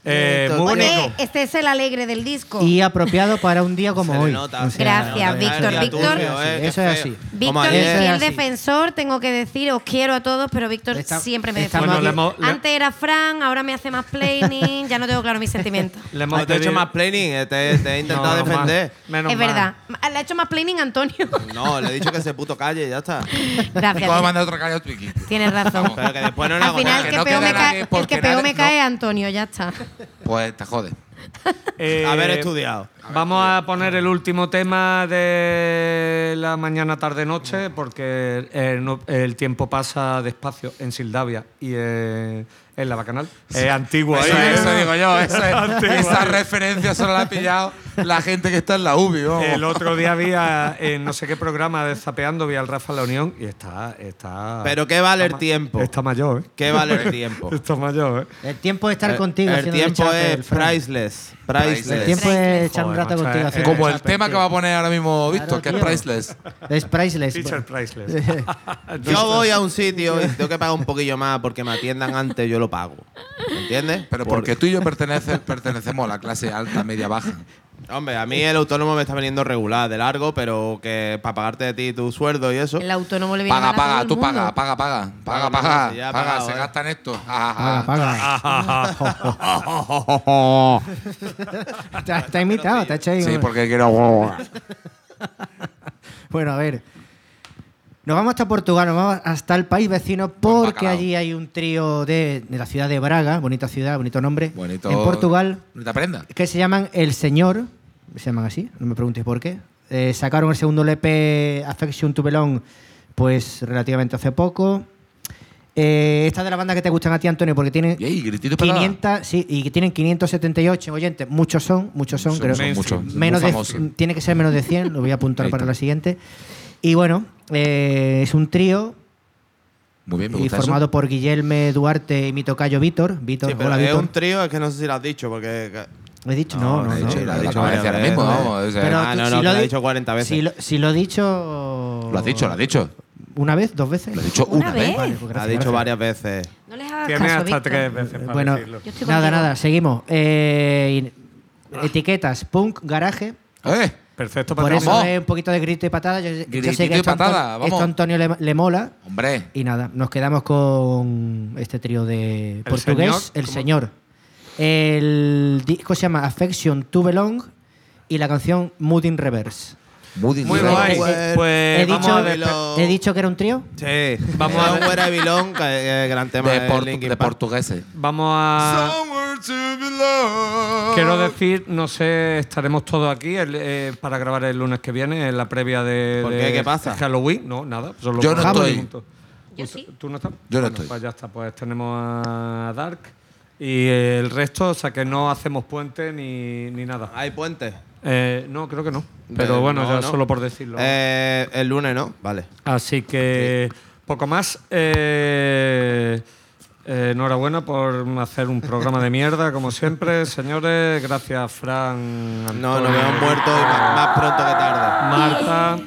Eh, muy
Oye,
bonito.
este es el alegre del disco.
Y apropiado para un día como hoy.
nota,
O sea,
Gracias, Víctor.
Mira,
Víctor,
turbio, eh, qué
Eso es
feo.
así.
Como
Víctor, mi
ayer.
Eso es
fiel
así.
defensor, tengo que decir, os quiero a todos, pero Víctor
Está-
siempre me
estamos
defiende.
Bueno, le hemos- le-
Antes era Fran, ahora me hace más planning, ya no tengo claro mis sentimientos.
Le
No Ah, te he hecho
pedido-
más planning, eh, te, te he intentado
No, más-
defender.
menos
Es
mal.
verdad. Le ha hecho más planning Antonio.
No, le he dicho que se puto calle y ya está.
Te puedo
Gracias.
mandar otra cara a Twiki.
Tienes razón.
Pero que después no le
Al
hago
final,
nada.
el
que
que
no
peor me
queda
cae,
nadie,
el que
porque
peor
nadie-
me
no.
cae es Antonio, ya está.
Pues te jode.
Eh,
Haber estudiado.
Vamos a poner el último tema de la mañana, tarde, noche, porque eh, no- el tiempo pasa despacio en Sildavia y eh, en la Bacanal. Es antiguo,
Eso,
¿eh?
eso digo yo. eso es-
Antiguo,
esa
¿eh?
referencia solo la ha pillado la gente que está en la UBI. vamos.
El otro día había en no sé qué programa de Zapeando, vi al Rafa La Unión y está. está
Pero ¿qué vale
está
el
ma-
tiempo?
Está mayor, ¿eh?
¿Qué vale el tiempo?
Está mayor, ¿eh?
El tiempo es estar
El-
contigo.
El
haciéndole
tiempo
chape,
es
el Fran.
priceless.
El
Priceless.
tiempo
Priceless.
es echar un
Joder,
rato
macho,
contigo.
eh,
haciéndole
Como el
chape,
tema
sí.
que va a poner ahora mismo
Claro,
Víctor, que es
tío.
Priceless.
Es priceless.
Teacher
bueno. Eh,
Priceless.
Yo voy a un sitio y tengo que pagar un poquillo más porque me atiendan antes, yo lo pago. ¿Me entiendes?
Pero porque tú y yo pertenece- pertenecemos a la clase alta, media, baja.
Hombre, a mí el autónomo me está veniendo regular, de largo, pero que para pagarte de ti tu sueldo y eso.
El autónomo le viene mal a
Paga,
todo
paga,
el
tú
mundo.
paga, paga, paga, paga,
Paga, paga,
paga,
ya ha
paga,
pagado,
se
eh.
gastan Ah, esto.
Paga, Ah, paga.
Ah.
Te ha- te ha imitado, te ha hecho ahí
Sí,
un-
porque quiero.
Bueno, a ver. Nos vamos hasta Portugal, nos vamos hasta el país vecino porque
bacalao.
allí hay un trío de, de la ciudad de Braga, bonita ciudad, bonito nombre.
Bonito.
En Portugal,
No te aprendas.
que se llaman El Señor, se llaman así, no me preguntéis por qué. Eh, sacaron el segundo LP Affection to Belong, pues relativamente hace poco. Eh, esta es de la banda que te gustan a ti, Antonio, porque tienen
Y ahí, grititos para
500, sí, y que tienen 578 oyentes. Muchos son, muchos son, creo.
mainstream.
muchos.
Menos
muy
de,
famosos.
tiene que ser menos de 100, lo voy a apuntar
Ahí
para
está.
la siguiente. Y bueno, eh, es un trío
Muy bien, me
y
gusta
formado
eso.
por Guillerme Duarte y mi tocayo Víctor. Víctor,
Sí, pero
hola
es un
Víctor.
trío, es que no sé si lo has dicho, porque.
¿Lo he dicho? No, no,
lo
no.
he
dicho,
Sí,
lo
lo
has
he
dicho
dicho
varias
varias
veces ahora mismo,
veces.
vamos. o sea,
Pero
Ah,
tú-
no,
si
no,
lo
que lo
di-
he dicho 40 veces.
Si lo, si lo he dicho.
Lo has dicho, lo has dicho.
¿Una vez? ¿Dos veces?
Lo has dicho
¿Una
una vez.
vez?
Vale, pues
Ha
gracias, gracias.
dicho varias veces.
No les hagas
Tiene
caso,
hasta
Víctor.
tres veces para
Bueno,
decirlo.
Yo estoy
nada,
contigo.
nada, seguimos. Eh, etiquetas: punk, garaje.
¡Eh!
Perfecto para
Por
terminar.
eso
Vamos.
es un poquito de grito y patada. Yo, yo sé
Gritito
que
y
esto a Anto-
patada, vamos.
esto a Antonio le, le mola.
Hombre.
Y nada, nos quedamos con este trío de portugués,
señor?
El
¿Cómo?
Señor. El disco se llama Affection to Belong y la canción Mood in Reverse.
Muy,
Muy
bien.
guay.
Bueno,
Pues
he,
vamos
dicho,
a despe-
despe-
he dicho que era un trío.
Sí,
Vamos a ver.
Fuera de Bilón, que eh, gran tema
De,
de,
portu-
Linkin
de
Park.
portugueses.
Vamos a.
Somewhere to belong.
Quiero decir, no sé, estaremos todos aquí el, eh, para grabar el lunes que viene, en la previa de,
¿Por qué?
de
¿Qué pasa?
Halloween. No, nada. pues solo
Yo no
pregunto.
estoy.
Yo sí.
¿Tú no estás?
Yo no
Bueno,
estoy.
Pues ya está, pues tenemos a Dark y el resto, o sea que no hacemos puente ni, ni nada.
Hay puentes.
Eh, no, creo que no. Pero
Eh,
bueno,
no,
ya
no.
solo por decirlo.
Eh, el lunes, ¿no? Vale.
Así que poco más. Eh, eh, enhorabuena por hacer un programa de mierda, como siempre, señores. Gracias, Fran.
No,
Antonio,
Pues-
nos vemos muertos y más, más pronto que tarde.
Marta.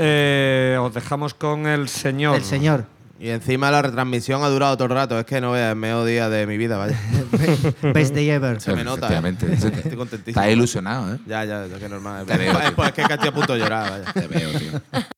Eh, os dejamos con el señor.
El Señor.
Y encima la retransmisión ha durado todo el rato. Es que no veas, el medio día de mi vida, vaya.
Best Day Ever.
Se me nota,
Efectivamente.
¿eh?
Se te-
Estoy contentísimo.
Estás ilusionado, ¿eh?
Ya, ya, ya que normal.
Te veo,
Es
tío.
porque es que estoy a punto de llorar, vaya.
Te veo, tío.